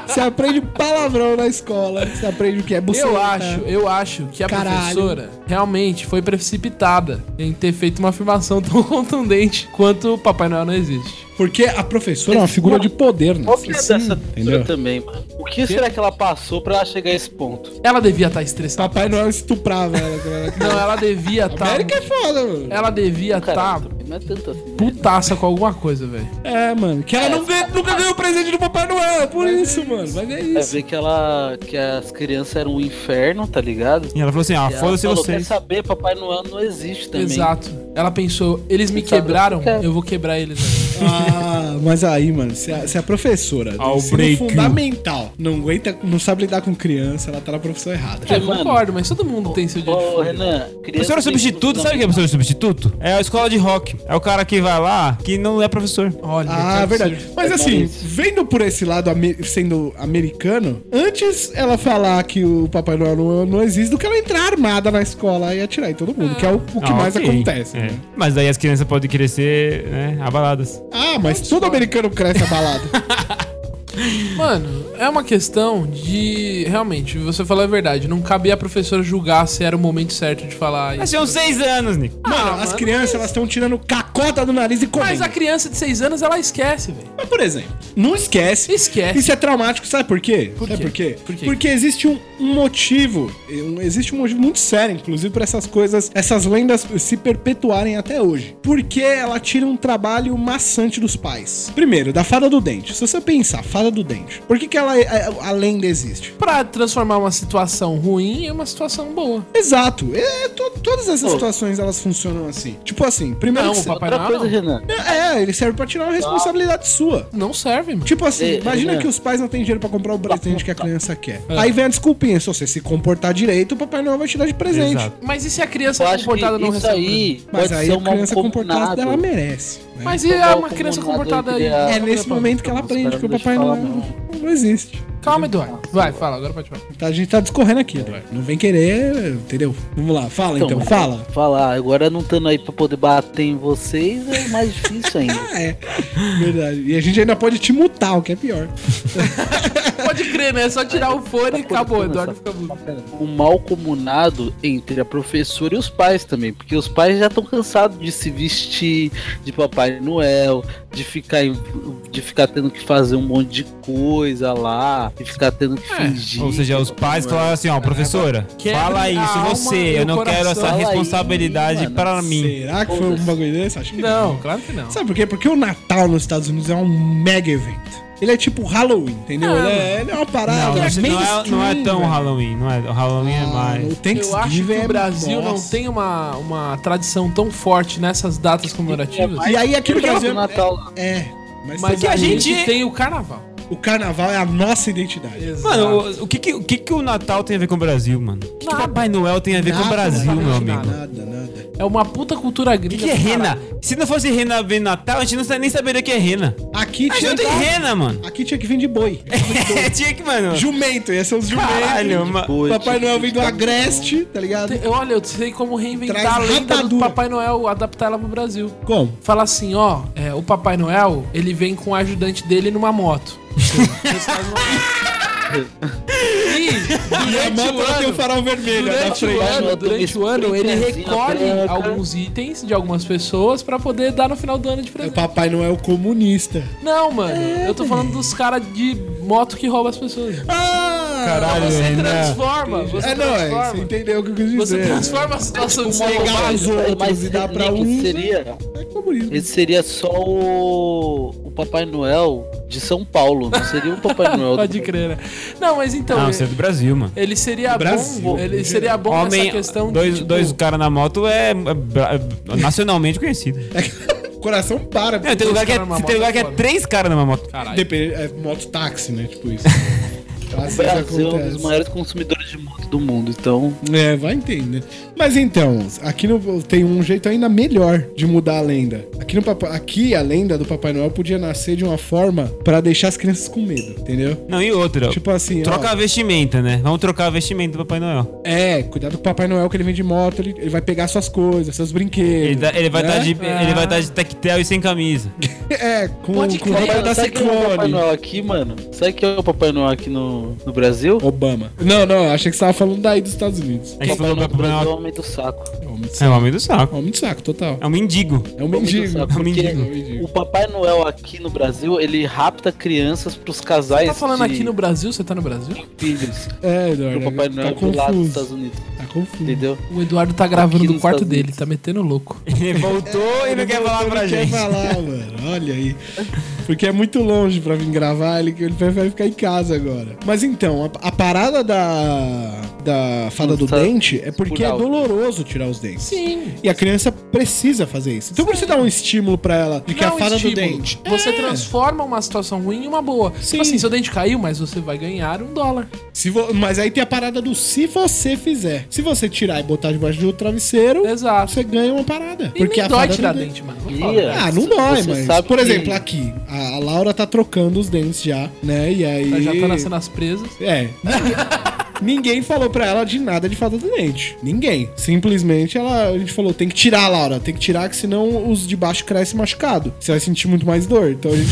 S2: você aprende palavrão na escola. Você aprende o que é buceta.
S5: Eu acho, eu acho que a
S2: Caralho.
S5: professora realmente foi precipitada em ter feito uma afirmação [laughs] tão contundente quanto o Papai Noel não existe.
S2: Porque a professora é uma figura de poder, né?
S4: Qual que é
S2: Sim,
S4: dessa
S2: entendeu?
S4: cultura também, mano? O que será que ela passou pra chegar a esse ponto?
S5: Ela devia estar estressada.
S2: Papai Noel estuprava ela. quando ela-
S5: Não, ela devia estar.
S2: América é foda, mano.
S5: Ela devia tá estar
S4: Cara, também não é tanto assim. né?
S5: putaça com alguma coisa, velho.
S2: É, mano. Que ela não ganha- nunca ganhou o presente do Papai Noel. é Por isso, mano. Mas é
S4: É
S2: isso.
S4: ver que ela. que as crianças eram um inferno, tá ligado?
S6: E ela falou assim: ah,
S4: E ela
S6: foda-se
S4: falou, Quer
S6: vocês.
S4: saber, Papai Noel não existe também.
S5: Exato. Ela pensou, eles me
S4: Você sabe,
S5: quebraram,
S4: eu quero.
S2: É.
S5: eu vou quebrar eles. agora.
S2: Ah, mas aí, mano, se a, se a é professora do
S6: Ao
S2: ensino
S6: break.
S2: fundamental não aguenta, não sabe lidar com criança, ela tá na profissão errada.
S5: É,
S2: Já.
S4: É, mano.
S5: concordo, mas todo mundo tem seu dia de
S4: Ô,
S5: folga.
S4: Renan,
S6: Professor substituto, sabe o que é professor substituto? É a escola de rock. É o cara que vai lá que não é professor.
S5: Olha, que
S2: Ah,
S6: Tá
S5: absurdo.
S2: verdade. Mas
S6: É
S2: assim, vendo por esse lado, ame- sendo americano, antes ela falar que o Papai Noel não, não existe, do que ela entrar armada na escola e atirar em todo mundo, que é o, o que
S6: Ah,
S2: mais
S6: ok.
S2: acontece.
S6: É.
S2: né?
S6: Mas daí as crianças podem crescer, né, abaladas.
S2: Ah, mas todo americano cresce
S5: [laughs]
S2: abalado.
S5: Mano, é uma questão de. Realmente, você falou a verdade. Não cabia a professora julgar se era o momento certo de falar
S6: Mas
S5: isso.
S6: tinham seis anos, Nico.
S2: Mano,
S5: Ah,
S2: as
S5: mano,
S2: crianças, elas estão tirando cacota do nariz e comendo.
S5: Mas a criança de 6 anos, ela esquece, velho.
S2: Mas, por exemplo, não esquece.
S5: Esquece.
S2: Isso é traumático, sabe por quê? sabe
S5: quê?
S2: por quê?
S5: Por quê?
S2: Porque existe um, um motivo, um- existe um motivo muito sério, inclusive, pra essas coisas, essas lendas se perpetuarem até hoje. Porque ela tira um trabalho maçante dos pais. Primeiro, da fada do dente. Se você pensar, fada do dente, por que, que ela, é, a, a lenda existe?
S5: Pra transformar uma situação ruim em uma situação boa.
S2: Exato. É, to- todas essas
S4: Ô.
S2: situações, elas funcionam assim. Tipo assim, primeiro...
S5: Não,
S2: que
S5: o
S2: cê-
S5: papai
S4: Outra coisa,
S5: Noel não.
S4: Renan.
S2: É, ele serve pra tirar uma responsabilidade sua.
S5: não serve, mano.
S2: Tipo assim,
S4: É,
S2: imagina
S4: é.
S2: que os pais não têm dinheiro pra comprar o presente que a criança quer. Aí vem a desculpinha, se você se comportar direito, o Papai Noel vai te dar de presente.
S6: Exato.
S5: Mas e se a criança é
S4: Eu acho que
S5: comportada não
S4: isso
S5: recebe?
S4: aí
S2: Mas
S4: pode
S2: aí
S4: ser
S2: a
S4: um mal
S2: criança é comportada, ela
S4: combinado.
S2: merece. né?
S5: Mas e
S4: Papai
S5: uma
S4: Noel
S5: criança
S4: combinado,
S5: comportada aí?
S4: ele é-
S2: é nesse momento que ela
S4: Os
S2: aprende
S4: caras
S2: que o
S4: não
S2: Papai Noel
S4: deixam
S2: não. existe.
S5: Calma, Eduardo. Vai, fala, agora pode falar.
S2: Tá- a gente tá discorrendo aqui, Eduardo. Não vem querer, entendeu? Vamos lá, fala então,
S4: mas-
S2: fala.
S4: Falar, agora não estando aí pra poder bater em vocês é mais difícil
S2: [laughs]
S4: ainda.
S2: Ah, é. Verdade. E a gente ainda pode te mutar, o que é pior.
S5: Pode crer, né? É só tirar o fone e
S2: tá
S5: acabou. Eduardo fica mudo.
S4: o mal comunado entre a professora e os pais também, porque os pais já estão cansados de se vestir de Papai Noel, de ficar em- de ficar tendo que fazer um monte de coisa lá, de ficar tendo que fingir.
S6: Ou seja, os pais falaram assim, ó, professora,
S5: Quebra a
S6: fala isso,
S5: alma e
S6: você, eu
S5: o
S6: não quero
S5: coração.
S6: essa
S4: Fala aí,
S6: responsabilidade
S4: mano.
S6: pra mim.
S2: Será que foi um bagulho desse? Acho que
S5: Não, claro que não.
S2: Sabe por quê? Porque o Natal nos Estados Unidos é um mega evento. Ele é tipo Halloween, entendeu?
S5: Ah,
S2: ele, é, ele é uma parada.
S6: Não, não,
S2: mainstream,
S6: não é, não é tão
S2: velho.
S6: Halloween, não é, o Halloween é
S2: Ah,
S6: mais...
S2: o Thanksgiving
S5: Eu acho que
S2: é-
S5: o Brasil não
S2: nossa.
S5: tem uma, uma tradição tão forte nessas datas
S2: é
S5: comemorativas.
S2: E aí aqui no
S4: Porque
S2: Brasil.
S4: o Natal lá.
S2: É. Mas,
S5: Mas
S2: que
S5: a
S2: a gente...
S5: gente tem o carnaval.
S2: o carnaval é a nossa identidade.
S6: Mano, o, o que que, o que que o Natal tem a ver com o Brasil, mano? O que, que o Papai Noel tem a ver com o
S2: Nada,
S6: Brasil,
S2: nada,
S6: meu
S5: nada.
S6: amigo?
S2: Nada, nada.
S5: é uma puta cultura
S6: O que,
S5: gringa.
S6: que é
S5: do
S6: rena?
S5: caralho.
S6: Se não fosse rena ver Natal, a gente não sa- nem saberia o que é rena.
S2: Aqui
S6: A gente
S2: tinha,
S6: não tem rena, mano.
S2: aqui tinha que vir de boi.
S6: [laughs] É, tinha que, mano.
S2: Jumento, ia ser os jumentos.
S6: Caralho, mano.
S4: Pô,
S2: Papai
S4: tipo,
S2: Noel vem do
S4: tá-
S2: Agreste, tá ligado?
S5: Tem- Olha, eu sei como reinventar
S2: Traz
S5: a lenda do
S2: rapadura.
S5: Papai Noel, adaptar ela pro Brasil.
S2: Como?
S5: Fala assim, ó, é, o Papai Noel, ele vem com o ajudante dele numa [laughs] moto. [laughs] e
S2: E a
S5: durante
S2: moto
S5: o
S2: ela tem o
S5: ano,
S2: farol vermelho né? Tá na
S5: durante o
S2: frente.
S5: ano, durante o ano, ele recolhe
S4: Branca.
S5: alguns itens de algumas pessoas pra poder dar no final do ano de
S2: É o
S5: presente.
S2: Papai Noel comunista.
S5: Não, mano, eu tô falando dos caras de moto que roubam as pessoas.
S2: Ah!
S6: Caralho,
S5: Você
S6: Renan.
S5: transforma, você
S2: É, não, é, você
S5: transforma.
S2: entendeu o que eu quis dizer.
S5: Você
S2: né?
S5: transforma a situação de uma
S2: Pegar
S5: roubada.
S2: os outros
S4: Mas
S2: e dar pra
S4: Nick,
S2: uns,
S4: seria,
S2: é comunismo.
S4: esse seria só o, o Papai Noel de São Paulo, não seria o Papai Noel. do-
S5: [laughs] Pode crer, né? Não, mas então,
S6: Não,
S5: ele-
S6: você é do Brasil, mano.
S5: ele seria
S2: Brasil,
S5: bom, ele seria bom
S6: Homem,
S5: nessa questão
S6: dois,
S5: de tipo,
S6: dois caras na moto é, é bra- é nacionalmente conhecido.
S2: O [laughs] coração para.
S6: Não, tem lugar que é,
S5: caras numa
S6: tem
S5: moto
S6: lugar que é
S5: foda.
S6: três caras numa moto.
S5: Caralho.
S2: Depende, é mototáxi, né? Tipo isso.
S4: O
S2: Às vezes
S4: Brasil é um dos
S2: acontece.
S4: maiores consumidores de moto do mundo, então
S2: É, vai entender. Mas então, aqui no, tem um jeito ainda melhor de mudar a lenda. Aqui, no, Papa- aqui a lenda do Papai Noel podia nascer de uma forma pra deixar as crianças com medo, entendeu?
S6: Não, e outra.
S2: Tipo assim, ó,
S6: Troca a vestimenta, né? Vamos trocar a vestimenta do Papai Noel.
S2: é, cuidado com o Papai Noel que ele vem de moto, ele, ele vai pegar suas coisas, seus brinquedos.
S6: Ele, dá- ele vai
S2: né?
S6: estar de,
S5: Ah.
S6: ele vai estar de tactel e sem camisa.
S2: É, com,
S5: Pode
S2: com o
S5: crer,
S2: Papai da
S4: sabe quem é o Papai
S2: Ciclone.
S4: Noel aqui, mano? Sabe quem é o Papai Noel aqui no, no Brasil?
S2: Obama. Não, não, achei que você tava falando daí dos Estados Unidos.
S6: Aí você falou
S4: Papai
S6: que o Papai
S4: Noel do
S6: Noel
S4: Homem do Saco.
S2: É um homem
S6: é
S2: de
S6: o
S2: saco.
S6: homem do saco.
S2: É um homem de saco, total.
S6: É um mendigo.
S2: É um
S4: Homem do
S2: mendigo.
S4: Saco,
S6: é um
S4: porque
S6: mendigo.
S4: O Papai Noel aqui no Brasil, ele rapta crianças pros casais
S5: Tá falando
S4: de
S5: aqui no Brasil? Você tá no Brasil?
S4: filhos.
S2: É, Eduardo.
S4: Pro Papai Noel
S2: tá
S4: do lado dos Estados
S2: confuso.
S4: Unidos,
S2: Tá confuso.
S4: entendeu?
S5: O Eduardo tá gravando
S4: Aqui
S5: do
S4: nos
S5: quarto
S4: Estados
S5: dele,
S4: Unidos.
S5: tá metendo louco.
S6: [laughs] Ele voltou e não quer falar pra
S2: Não quer
S6: gente.
S2: falar, mano. Olha aí. Porque é muito longe pra vir gravar, ele, ele prefere ficar em casa agora. Mas então, a, a parada da, da fada do
S4: Tá.
S2: dente é porque
S4: Por
S2: é
S4: alto.
S2: doloroso tirar os dentes.
S5: Sim.
S2: E a criança precisa fazer isso. Então por você dar um estímulo pra ela de que
S5: Não
S2: a
S5: é um
S2: fada do
S5: estímulo.
S2: dente.
S5: Você
S2: É.
S5: transforma uma situação ruim em uma boa.
S2: Sim.
S5: Tipo assim, seu dente caiu, mas você vai ganhar um dólar.
S2: Se vo- Mas aí tem a parada do se você fizer. Se você tirar e botar debaixo de um travesseiro,
S5: Exato.
S2: você ganha uma parada.
S5: E nem dói tirar
S2: do
S5: dente, né? mano. Vou
S4: Ih,
S5: falar.
S4: é.
S2: Ah, não
S4: Você-
S2: dói,
S4: você
S2: mas.
S4: sabe
S2: Por
S4: que-
S2: exemplo, aqui, a a Laura tá trocando os dentes já, né? E aí.
S5: Ela já tá nascendo as presas.
S2: É. [laughs] Ninguém falou pra ela de nada de fada do dente. Ninguém. Simplesmente ela, a gente falou, tem que tirar, Laura. Tem que tirar, que senão os de baixo crescem machucado. Você vai sentir muito mais dor. Então a gente.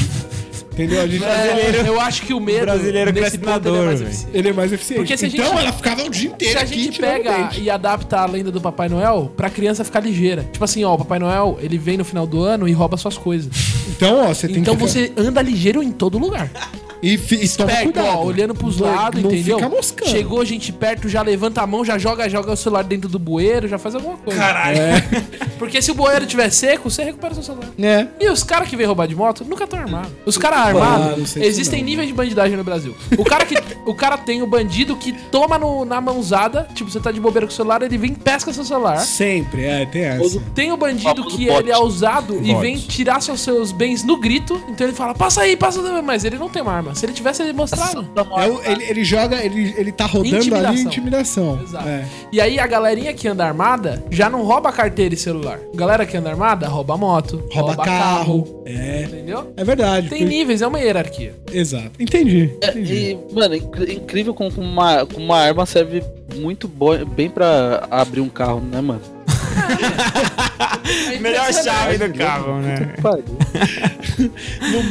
S2: entendeu? A gente.
S5: É, eu acho que o medo
S6: brasileiro cresce
S5: nesse
S6: na
S5: ponto ele é
S6: dor,
S5: mais
S6: velho.
S5: eficiente.
S2: Ele é mais eficiente.
S5: Porque se a gente-
S2: então ela ficava o dia inteiro
S5: Se a
S2: aqui
S5: gente
S2: tirando
S5: pega
S2: dente.
S5: e adapta a lenda do Papai Noel pra criança ficar ligeira. Tipo assim, ó, o Papai Noel, ele vem no final do ano e rouba suas coisas.
S2: Então, ó, você tem
S5: então
S2: que. ficar-
S5: você anda ligeiro em todo lugar.
S2: E, fi- e toma
S5: Pega,
S2: cuidado.
S5: ó, olhando pros
S2: Não-
S5: lados,
S2: não
S5: entendeu?
S2: Fica moscando.
S5: Chegou gente perto, já levanta a mão, já joga, joga o celular dentro do bueiro, já faz alguma coisa. Caralho. Porque se o bueiro tiver seco, você recupera seu celular.
S2: [laughs] É.
S5: E os caras que vêm roubar de moto nunca estão armados. Os caras
S2: Ah, não
S5: armados,
S2: sei disso
S5: existem
S2: não.
S5: níveis de bandidagem no Brasil. O cara que [laughs] o cara tem o bandido que toma no- na mãozada, tipo, você tá de bobeira com o celular, ele vem e pesca seu celular.
S2: Sempre, é, tem essa.
S5: Tem o bandido
S4: Famoso
S5: que
S4: bote.
S5: ele é ousado e
S6: Bote.
S5: vem tirar seus, seus bens no grito. Então ele fala, passa aí, passa aí. Mas ele não tem uma arma. Se ele tivesse, ele mostrava.
S2: É o- ele, ele joga, ele, ele tá rodando ali
S5: tá? Intimidação.
S2: intimidação.
S5: Exato.
S2: É.
S5: E aí a galerinha que anda armada já não rouba carteira e celular. Galera que anda armada rouba moto,
S2: Rouba, carro. É.
S5: Entendeu?
S2: É verdade.
S5: Tem
S2: porque-
S5: níveis, é uma hierarquia.
S2: Exato. Entendi.
S4: É,
S2: entendi.
S4: e, mano, é incr- incrível como uma, como uma arma serve muito bo- bem pra abrir um carro, né, mano?
S6: [laughs]
S5: É
S6: Melhor chave do carro, né?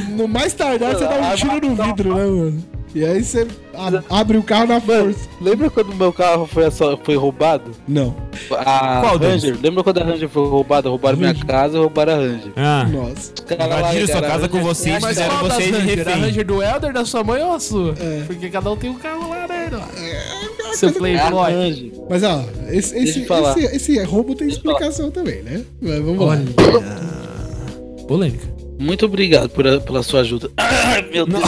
S2: No, no mais tardar, você dá um tiro no vidro, né, mano? E aí você a- abre o carro na
S4: Mano,
S2: força.
S4: lembra quando o meu carro foi, asso- foi roubado?
S2: Não.
S4: A
S6: Qual deles?
S4: Ranger, lembra quando a Ranger foi roubada? Roubaram minha casa e roubaram a Ranger.
S6: Ah.
S2: Nossa.
S4: Os caras
S6: Invadiram sua
S4: largaram a
S6: casa com
S4: Ranger- é
S6: vocês e
S5: Mas
S6: fizeram
S5: qual das
S6: vocês de
S5: Ranger? A
S6: refém.
S5: Ranger do Elder, da sua mãe ou a sua?
S2: É.
S5: Porque cada um tem um carro lá, né? irmão? Seu
S4: É
S6: Ah,
S4: a
S5: playboy.
S4: Ranger.
S2: Mas ó, esse,
S4: Deixa
S2: esse,
S4: eu falar.
S2: esse, esse roubo tem explicação também, né? Mas vamos lá.
S5: Polêmica.
S4: Muito obrigado por a- pela sua ajuda. [laughs] meu Deus,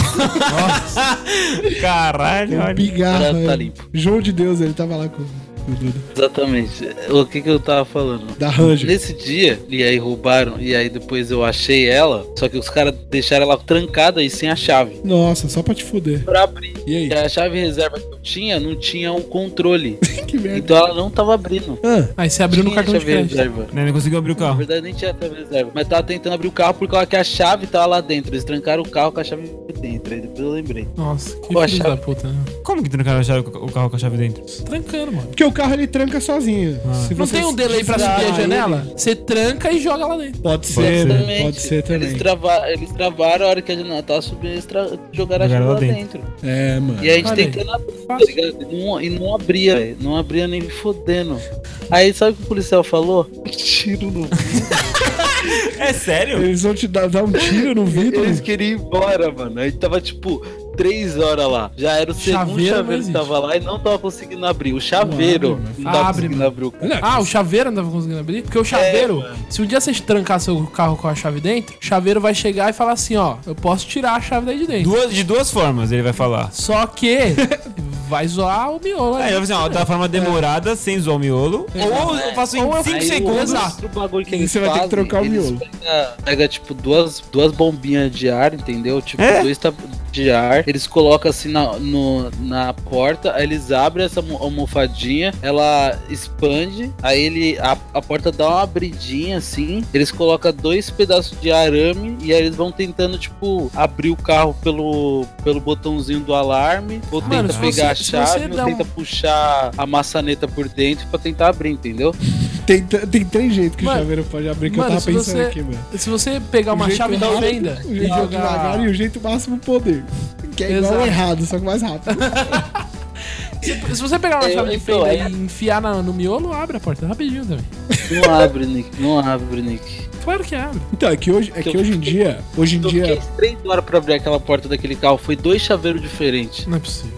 S6: Caralho,
S2: Um
S6: olha.
S2: bigarro.
S4: tá, tá
S2: é.
S4: limpo.
S2: João de Deus, ele tava lá com com o Duda.
S4: Exatamente. O que que eu tava falando?
S2: Da Ranger.
S4: Nesse dia, e aí roubaram, e aí depois eu achei ela, só que os caras deixaram ela trancada e sem a chave.
S2: Nossa, só pra te fuder.
S4: Pra abrir.
S2: E aí?
S4: E a chave reserva que eu tinha, não tinha um controle.
S2: Que merda.
S4: Então ela não tava abrindo.
S2: Ah,
S5: Aí você abriu no
S4: Tinha
S5: cartão de
S4: chave
S5: crédito.
S4: reserva.
S6: Não conseguiu abrir o
S4: Na
S6: carro.
S4: verdade nem tinha chave reserva. Mas tava tentando abrir o carro por causa que a chave tava lá dentro. Eles trancaram o carro com a chave dentro. Aí depois eu lembrei.
S5: Nossa, que
S4: Pô, a
S5: filho
S4: chave-
S5: da puta, né?
S6: Como que trancaram a chave- o carro com a chave dentro?
S5: Trancando, mano.
S2: porque o carro ele tranca sozinho. Se
S5: Não
S2: você
S5: tem um delay pra
S2: desligar
S5: subir a
S2: ele-
S5: janela? Você tranca e joga lá dentro.
S2: Pode ser, né? Pode ser
S4: Eles,
S2: também.
S4: trava... eles travaram a hora que a janela tava subindo, eles tra... jogaram
S6: Jogaram
S4: a chave
S6: lá
S4: lá
S6: dentro.
S4: dentro.
S2: É, mano.
S4: E a gente
S5: Olha aí.
S4: tentando abrir, tá ligado? E não, e não abria, velho. Não abria nem me fodendo. Aí sabe o que o policial falou? Tiro no.
S6: É sério?
S2: Eles vão te dar, dar um tiro no vidro.
S4: Eles queriam ir embora, mano. A gente tava tipo. Três horas lá. Já era o segundo
S5: Chaveiro não
S4: chaveiro que
S5: existe.
S4: tava lá e não tava conseguindo abrir. O chaveiro
S2: Não abre,
S4: não tava
S5: Abre,
S4: conseguindo
S5: mano.
S4: abrir o carro.
S2: Não, É,
S5: Ah, o chaveiro não tava conseguindo abrir? Porque o chaveiro, se um dia você trancar seu carro com a chave dentro, o chaveiro vai chegar e falar assim, ó, eu posso tirar a chave daí de dentro.
S6: Duas, de duas formas ele vai falar.
S5: Só
S2: [laughs]
S5: que vai zoar o miolo.
S6: É,
S5: ali.
S6: ele vai assim, ó, da forma demorada, sem zoar o miolo.
S4: É.
S6: Ou eu faço
S5: Ou
S6: em
S5: eu-
S6: 5
S4: Aí o
S6: segundos.
S4: outro bagulho que
S2: E
S4: eles
S2: você vai ter
S4: fazem,
S2: que trocar o
S4: eles
S2: miolo.
S4: Pega, pega, tipo, duas, duas bombinhas de ar, entendeu? Tipo,
S6: É?
S4: dois tab- de ar. Eles colocam assim na, no- na porta, aí eles abrem essa almo- almofadinha, ela expande, aí ele a, a porta dá uma abridinha assim. Eles colocam dois pedaços de arame e aí eles vão tentando, tipo, abrir o carro pelo, pelo botãozinho do alarme. Ou
S5: Mano,
S4: tenta
S5: se
S4: pegar
S5: você- se
S4: a
S5: você
S4: chave,
S5: dá um
S4: ou tenta puxar a maçaneta por dentro pra tentar abrir, entendeu?
S2: Tem, tem três jeitos que
S5: Mano,
S2: o chaveiro pode abrir que
S5: mano,
S2: eu tava
S5: se
S2: pensando
S5: você-
S2: aqui, mano.
S5: Se você pegar
S2: O
S5: uma
S2: jeito
S5: chave de
S2: rápido,
S5: venda
S2: o
S5: e
S2: jeito
S5: jogar...
S2: devagar e o jeito máximo poder. Que é igual
S5: Exato.
S2: ao errado, só que mais rápido.
S5: Se você pegar uma
S4: É,
S5: chave de
S4: então,
S5: fenda
S4: é.
S5: e enfiar na- no miolo, abre a porta rapidinho também.
S4: Não abre, Nick. Não abre, Nick.
S5: Claro que abre.
S2: Então, é que hoje, é que hoje em dia, hoje em
S4: Eu fiquei
S2: dia,
S4: três horas pra abrir aquela porta daquele carro. Foi dois chaveiros diferentes.
S5: Não é possível.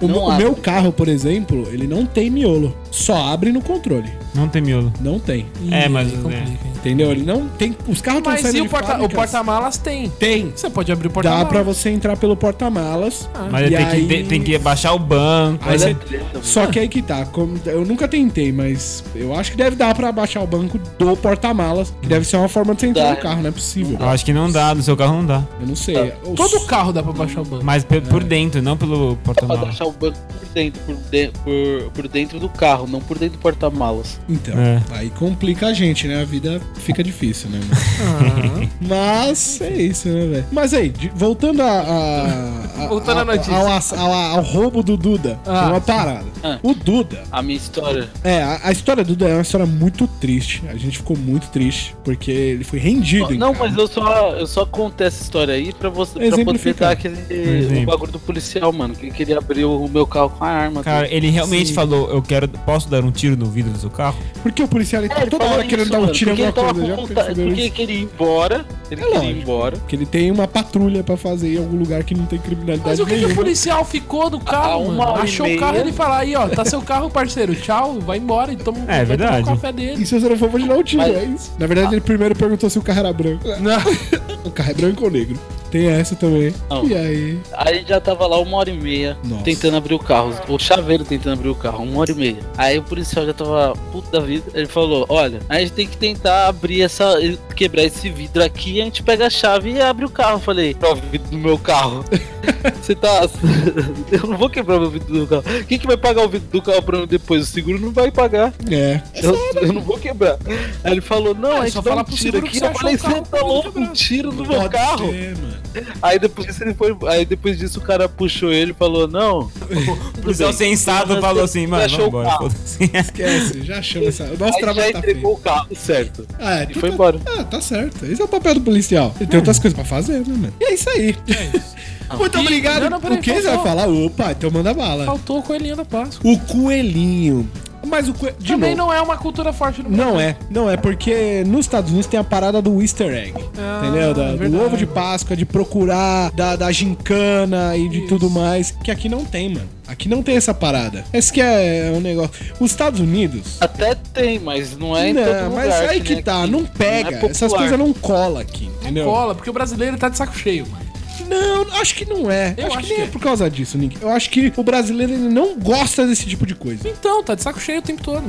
S2: o, meu-
S4: não
S2: o
S4: abre.
S2: meu carro, por exemplo, ele não tem miolo. Só abre no controle.
S6: Não tem miolo.
S2: Não tem.
S5: Ih,
S6: É, mas-
S5: aí complica, hein?
S2: Entendeu? Ele não tem. Os carros estão
S5: Mas
S2: saindo
S5: e
S2: de
S5: o porta- o
S2: fábricas.
S5: porta-malas tem.
S2: Tem.
S5: Você pode abrir o
S2: Dá
S5: porta-malas. Ah.
S2: pra você entrar pelo porta-malas.
S3: Mas
S2: E
S3: tem,
S2: aí-
S3: que, tem, tem que baixar o banco.
S2: Aí
S4: Olha
S2: você
S4: a é treta,
S2: Só que aí que tá, como- eu nunca tentei, mas eu acho que deve dar pra baixar o banco do porta-malas, que deve ser uma forma de você entrar
S4: Hum. Dá.
S2: no carro, não é possível.
S3: Eu acho que não dá, no seu carro não dá.
S2: Eu não sei.
S4: Dá.
S2: Os-
S5: Todo carro dá pra baixar o banco.
S3: Mas pe-
S6: É.
S3: por dentro, não pelo
S4: Dá pra
S3: porta-malas.
S4: deixar o banco por dentro, por, de- por- por dentro do carro, não por dentro do porta-malas.
S2: Então,
S3: É.
S2: aí complica a gente, né? A vida fica difícil, né?
S5: Ah.
S2: Mas é isso, né, velho? Mas aí, de- voltando a. a- a-
S5: Voltando à
S2: a-
S5: notícia.
S2: Ao, ass- ao, ao roubo do Duda.
S5: Ah.
S2: tem uma parada.
S4: Ah.
S2: O Duda.
S4: A minha história.
S2: É, a, a história do Duda é uma história muito triste. A gente ficou muito triste, porque ele foi rendido. em
S4: Não,
S2: casa.
S4: mas eu só, eu só conto essa história aí pra você pra poder
S2: Exemplificar.
S4: dar aquele o
S3: Exemplo.
S4: bagulho do policial, mano. Que queria abrir o meu carro com a arma.
S3: Cara, ele realmente falou, eu quero. Posso dar um tiro no vidro do seu carro?
S2: Porque o policial ele
S4: É,
S2: tá
S4: ele
S2: toda
S4: falou
S2: hora
S4: isso,
S2: querendo dar um
S4: mano,
S2: tiro em
S4: porque ele
S2: alguma
S4: tava
S2: coisa.
S4: com
S2: Já
S4: vontade-
S2: percebeu
S4: Porque
S2: isso?
S4: ele queria ir embora. Ele
S2: É
S4: queria ir
S2: lógico.
S4: embora.
S2: Porque ele tem uma patrulha pra fazer em algum lugar que não tem criminalidade
S5: Mas o que, que o
S2: nenhuma.
S5: policial ficou do
S4: Ah,
S5: carro,
S4: uma
S5: mano?
S4: hora e
S5: Achou o
S4: meia.
S5: carro e ele fala aí, ó, tá seu carro, parceiro. Tchau, vai embora e toma um,
S3: É,
S5: vai tomar
S3: verdade.
S5: um café dele.
S2: E se você não for, vou te dar um tiro,
S4: Mas-
S2: é isso. Na verdade, ele primeiro perguntou se o carro era branco. [laughs] o carro é branco ou negro? Tem essa também.
S4: Não.
S2: E aí?
S4: Aí já tava lá uma hora e meia
S2: Nossa.
S4: tentando abrir o carro. O chaveiro tentando abrir o carro, uma hora e meia. Aí o policial já tava puto da vida. Ele falou: Olha, a gente tem que tentar abrir essa. quebrar esse vidro aqui. A gente pega a chave e abre o carro. Eu falei: Prova o vidro do meu carro. [laughs] Você tá. [laughs] Eu não vou quebrar o vidro do carro. Quem que vai pagar o vidro do carro pra mim depois? O seguro não vai pagar.
S2: É.
S4: Eu, eu não vou quebrar. Aí ele falou: Não,
S5: É,
S4: a gente
S5: só
S4: dá
S5: falar
S4: um
S5: pro
S4: tiro
S5: seguro que
S4: aqui.
S5: você
S4: Eu
S5: achou
S4: falei:
S5: o carro
S4: Você tá
S5: pra
S4: louco? Um
S5: quebrar."
S4: tiro do meu carro.
S2: É, mano.
S4: Aí depois disso ele foi. Aí depois disso o cara puxou ele e falou,
S2: [laughs]
S4: não.
S3: O policial sensato
S4: Mas
S3: falou
S4: você
S3: assim, mano,
S4: achou o
S3: vamos embora.
S4: carro.
S3: foda-se." [laughs]
S2: Esquece, já chama essa. O nosso
S4: Aí já
S2: trabalho tá feio.
S4: entregou o carro, certo.
S2: Ah,
S4: E foi embora.
S2: Ah, tá certo. Esse é o papel do policial. Ele tem outras coisas pra fazer, né, mano? E é isso aí. [laughs] Muito
S5: E-
S2: obrigado.
S5: não, não, peraí,
S2: o que você vai
S5: faltou.
S2: falar? Opa, então manda bala.
S5: Faltou o coelhinho da Páscoa.
S2: O coelhinho. Mas o coelho.
S4: Tá
S2: De
S5: Também
S2: novo.
S5: não é uma cultura forte no
S2: Não é, não é, porque nos Estados Unidos tem a parada do Easter egg.
S5: Ah,
S2: entendeu? Da-
S5: é
S2: do
S5: verdade.
S2: ovo de Páscoa, de procurar, da, da gincana e de
S5: Isso.
S2: tudo mais. Que aqui não tem, mano. Aqui não tem essa parada. Esse que é um negócio. Os Estados Unidos.
S4: Até tem, mas não é em todo
S2: Não,
S4: lugar.
S2: mas aí que
S4: né?
S2: tá,
S4: Aqui
S2: não pega.
S4: não é
S2: Essas
S4: popular.
S2: coisas não cola aqui, entendeu?
S5: Cola, porque o brasileiro tá de saco cheio, mano.
S2: Não, acho que não é.
S5: Eu
S2: acho, que
S5: acho
S2: nem
S5: que
S2: é.
S5: é.
S2: por causa disso, Nick. Eu acho que o brasileiro ele não gosta desse tipo de coisa.
S5: Então, tá de saco cheio o tempo todo.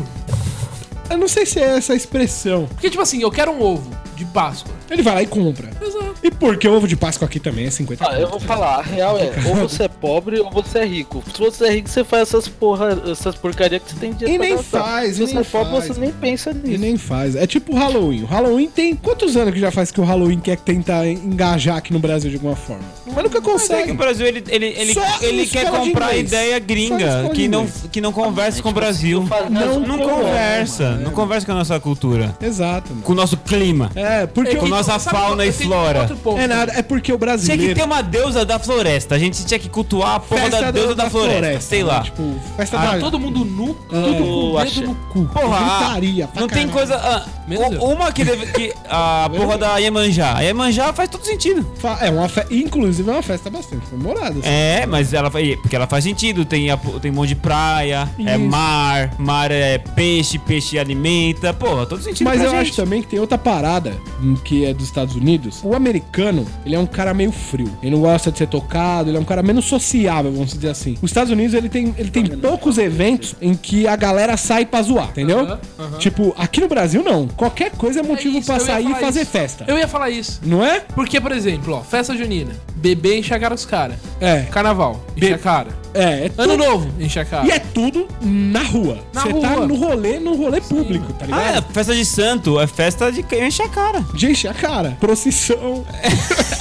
S2: Eu não sei se é essa a expressão.
S5: Porque, tipo assim, eu quero um ovo de Páscoa.
S2: Ele vai lá e compra.
S5: Exato.
S2: E porque o ovo de Páscoa aqui também é 50
S4: Ah, eu vou
S2: conto.
S4: falar, a real é, ou você é pobre ou você é rico. Se você é rico, você faz essas porra, essas porcaria que você tem dinheiro
S2: E nem
S4: gastar. Se
S2: faz, e
S4: você
S2: nem
S4: é pobre,
S2: faz.
S4: você nem pensa
S2: E
S4: nisso.
S2: nem faz. É tipo o Halloween. O Halloween tem. Quantos anos que já faz que o Halloween quer tentar engajar aqui no Brasil de alguma forma? Mas nunca
S3: Mas é que
S2: consegue.
S3: o Brasil, ele, ele, ele,
S2: Só em
S3: ele quer
S2: escola de
S3: comprar
S2: inglês.
S3: ideia
S2: Só em
S3: gringa
S2: escola de
S3: que não,
S2: inglês.
S3: que não conversa com o
S4: tipo,
S3: Brasil.
S4: não faz
S3: Não,
S4: nada,
S3: não
S4: não
S3: conversa, não conversa com a nossa cultura,
S2: Exato, mano.
S3: com o nosso clima.
S2: É, porque.
S5: É que-
S2: o-
S3: nossa
S5: sabe
S3: fauna
S5: que-
S3: e
S5: eu tenho
S3: flora.
S5: outro ponto.
S2: É nada, é porque o
S3: Tinha
S2: brasileiro.
S3: que ter uma deusa da floresta. A gente tinha que cultuar a porra da deusa da, floresta, sei
S2: né?
S3: lá. Ah,
S2: Tipo, festa
S5: Tá
S2: da.
S5: todo mundo nu,
S2: É.
S5: tudo com o
S4: Achei.
S5: dedo no cu.
S3: Porra, ah,
S2: gritaria, pra
S3: não tem
S2: caralho.
S3: coisa. ah,
S5: Meu
S3: u-
S5: Deus.
S3: uma que deve. que- a porra da Iemanjá. A Iemanjá faz todo sentido.
S2: Fa- É uma fe... Inclusive, é uma festa bastante comemorada. assim.
S3: É, mas ela faz. Porque ela faz sentido. Tem, a- tem um monte de praia, é
S2: Isso.
S3: mar, mar é peixe, peixe alimenta. Porra, todo sentido.
S2: Mas
S3: Tipo, pra
S2: eu
S3: gente.
S2: acho também que tem outra parada hum, que é dos Estados Unidos. O americano, ele é um cara meio frio. Ele não gosta de ser tocado, ele é um cara menos sociável, vamos dizer assim. Os Estados Unidos, ele tem, ele tem poucos eventos em que a galera sai pra zoar, entendeu?
S5: Aham, aham.
S2: Tipo, aqui no Brasil, não. Qualquer coisa é motivo
S5: É isso,
S2: pra
S5: eu ia
S2: sair e
S5: falar
S2: fazer
S5: isso.
S2: festa.
S5: Eu ia falar isso.
S2: Não é?
S5: Porque, por exemplo, ó, festa junina, bebê enche a cara os caras.
S2: É.
S5: Carnaval, enche
S2: Be-
S5: a cara.
S2: É. é
S5: Ano
S2: tudo-
S5: novo, enche a cara.
S2: E é tudo na rua.
S5: Na
S2: Você tá
S5: rua.
S2: no rolê, no rolê público, tá ligado?
S3: Ah, é festa de santo, é festa de quem enche a cara.
S5: é.
S2: De encher a cara. Procissão.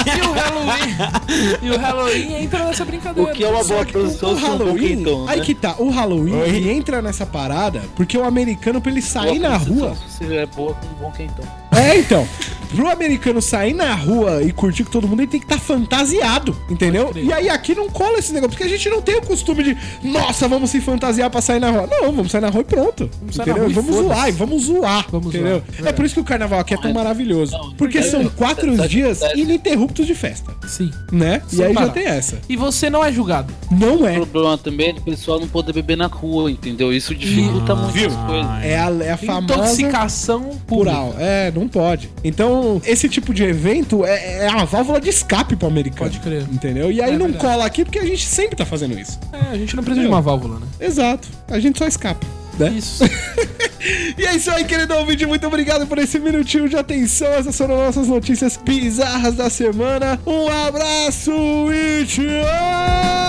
S5: E o Halloween. e o Halloween entra nessa
S4: O
S5: brincadeira.
S4: que é uma boa
S2: O-
S4: produção
S2: o
S4: se um
S2: Halloween,
S4: pouquinho, né?
S2: aí que tá, o Halloween
S3: Oi?
S2: ele entra nessa parada porque o americano pra ele
S4: Boa
S2: sair na
S4: produção
S2: rua.
S4: Se você é boa com um bom quentão.
S2: É então, pro americano sair na rua e curtir com todo mundo, ele tem que estar fantasiado, entendeu? E aí aqui não cola esse negócio, porque a gente não tem o costume de, nossa, vamos se fantasiar pra sair na rua. Não, vamos sair na rua e pronto.
S5: sair
S2: entendeu?
S5: na rua e
S2: vamos
S5: foda-se.
S2: zoar, e vamos zoar.
S5: Vamos
S2: entendeu?
S5: zoar.
S2: É por isso que o carnaval aqui é tão maravilhoso.
S4: não,
S2: Porque
S4: é,
S2: são
S4: não,
S2: quatro
S4: tá- tá-
S2: dias
S4: tá-
S2: ininterruptos de festa,
S5: Sim.
S2: né? E
S5: Sem
S2: aí já
S5: parar.
S2: tem essa.
S5: E você não é julgado.
S2: Não é.
S4: O problema também é do pessoal não poder beber na rua, entendeu? Isso dificulta muito as coisas.
S2: É a, é a famosa
S5: Intoxicação pura.
S2: plural. É, não pode. Então, esse tipo de evento é, é a válvula de escape pro americano.
S5: Pode crer.
S2: Entendeu? E aí
S5: É
S2: não
S5: verdade.
S2: cola aqui porque a gente sempre tá fazendo isso.
S5: É, a gente não precisa de uma válvula, né?
S2: Exato. A gente só escapa. Né?
S5: Isso.
S2: E é isso aí, querido ouvinte. Muito obrigado por esse minutinho de atenção. Essas foram nossas notícias bizarras da semana. Um abraço e tchau!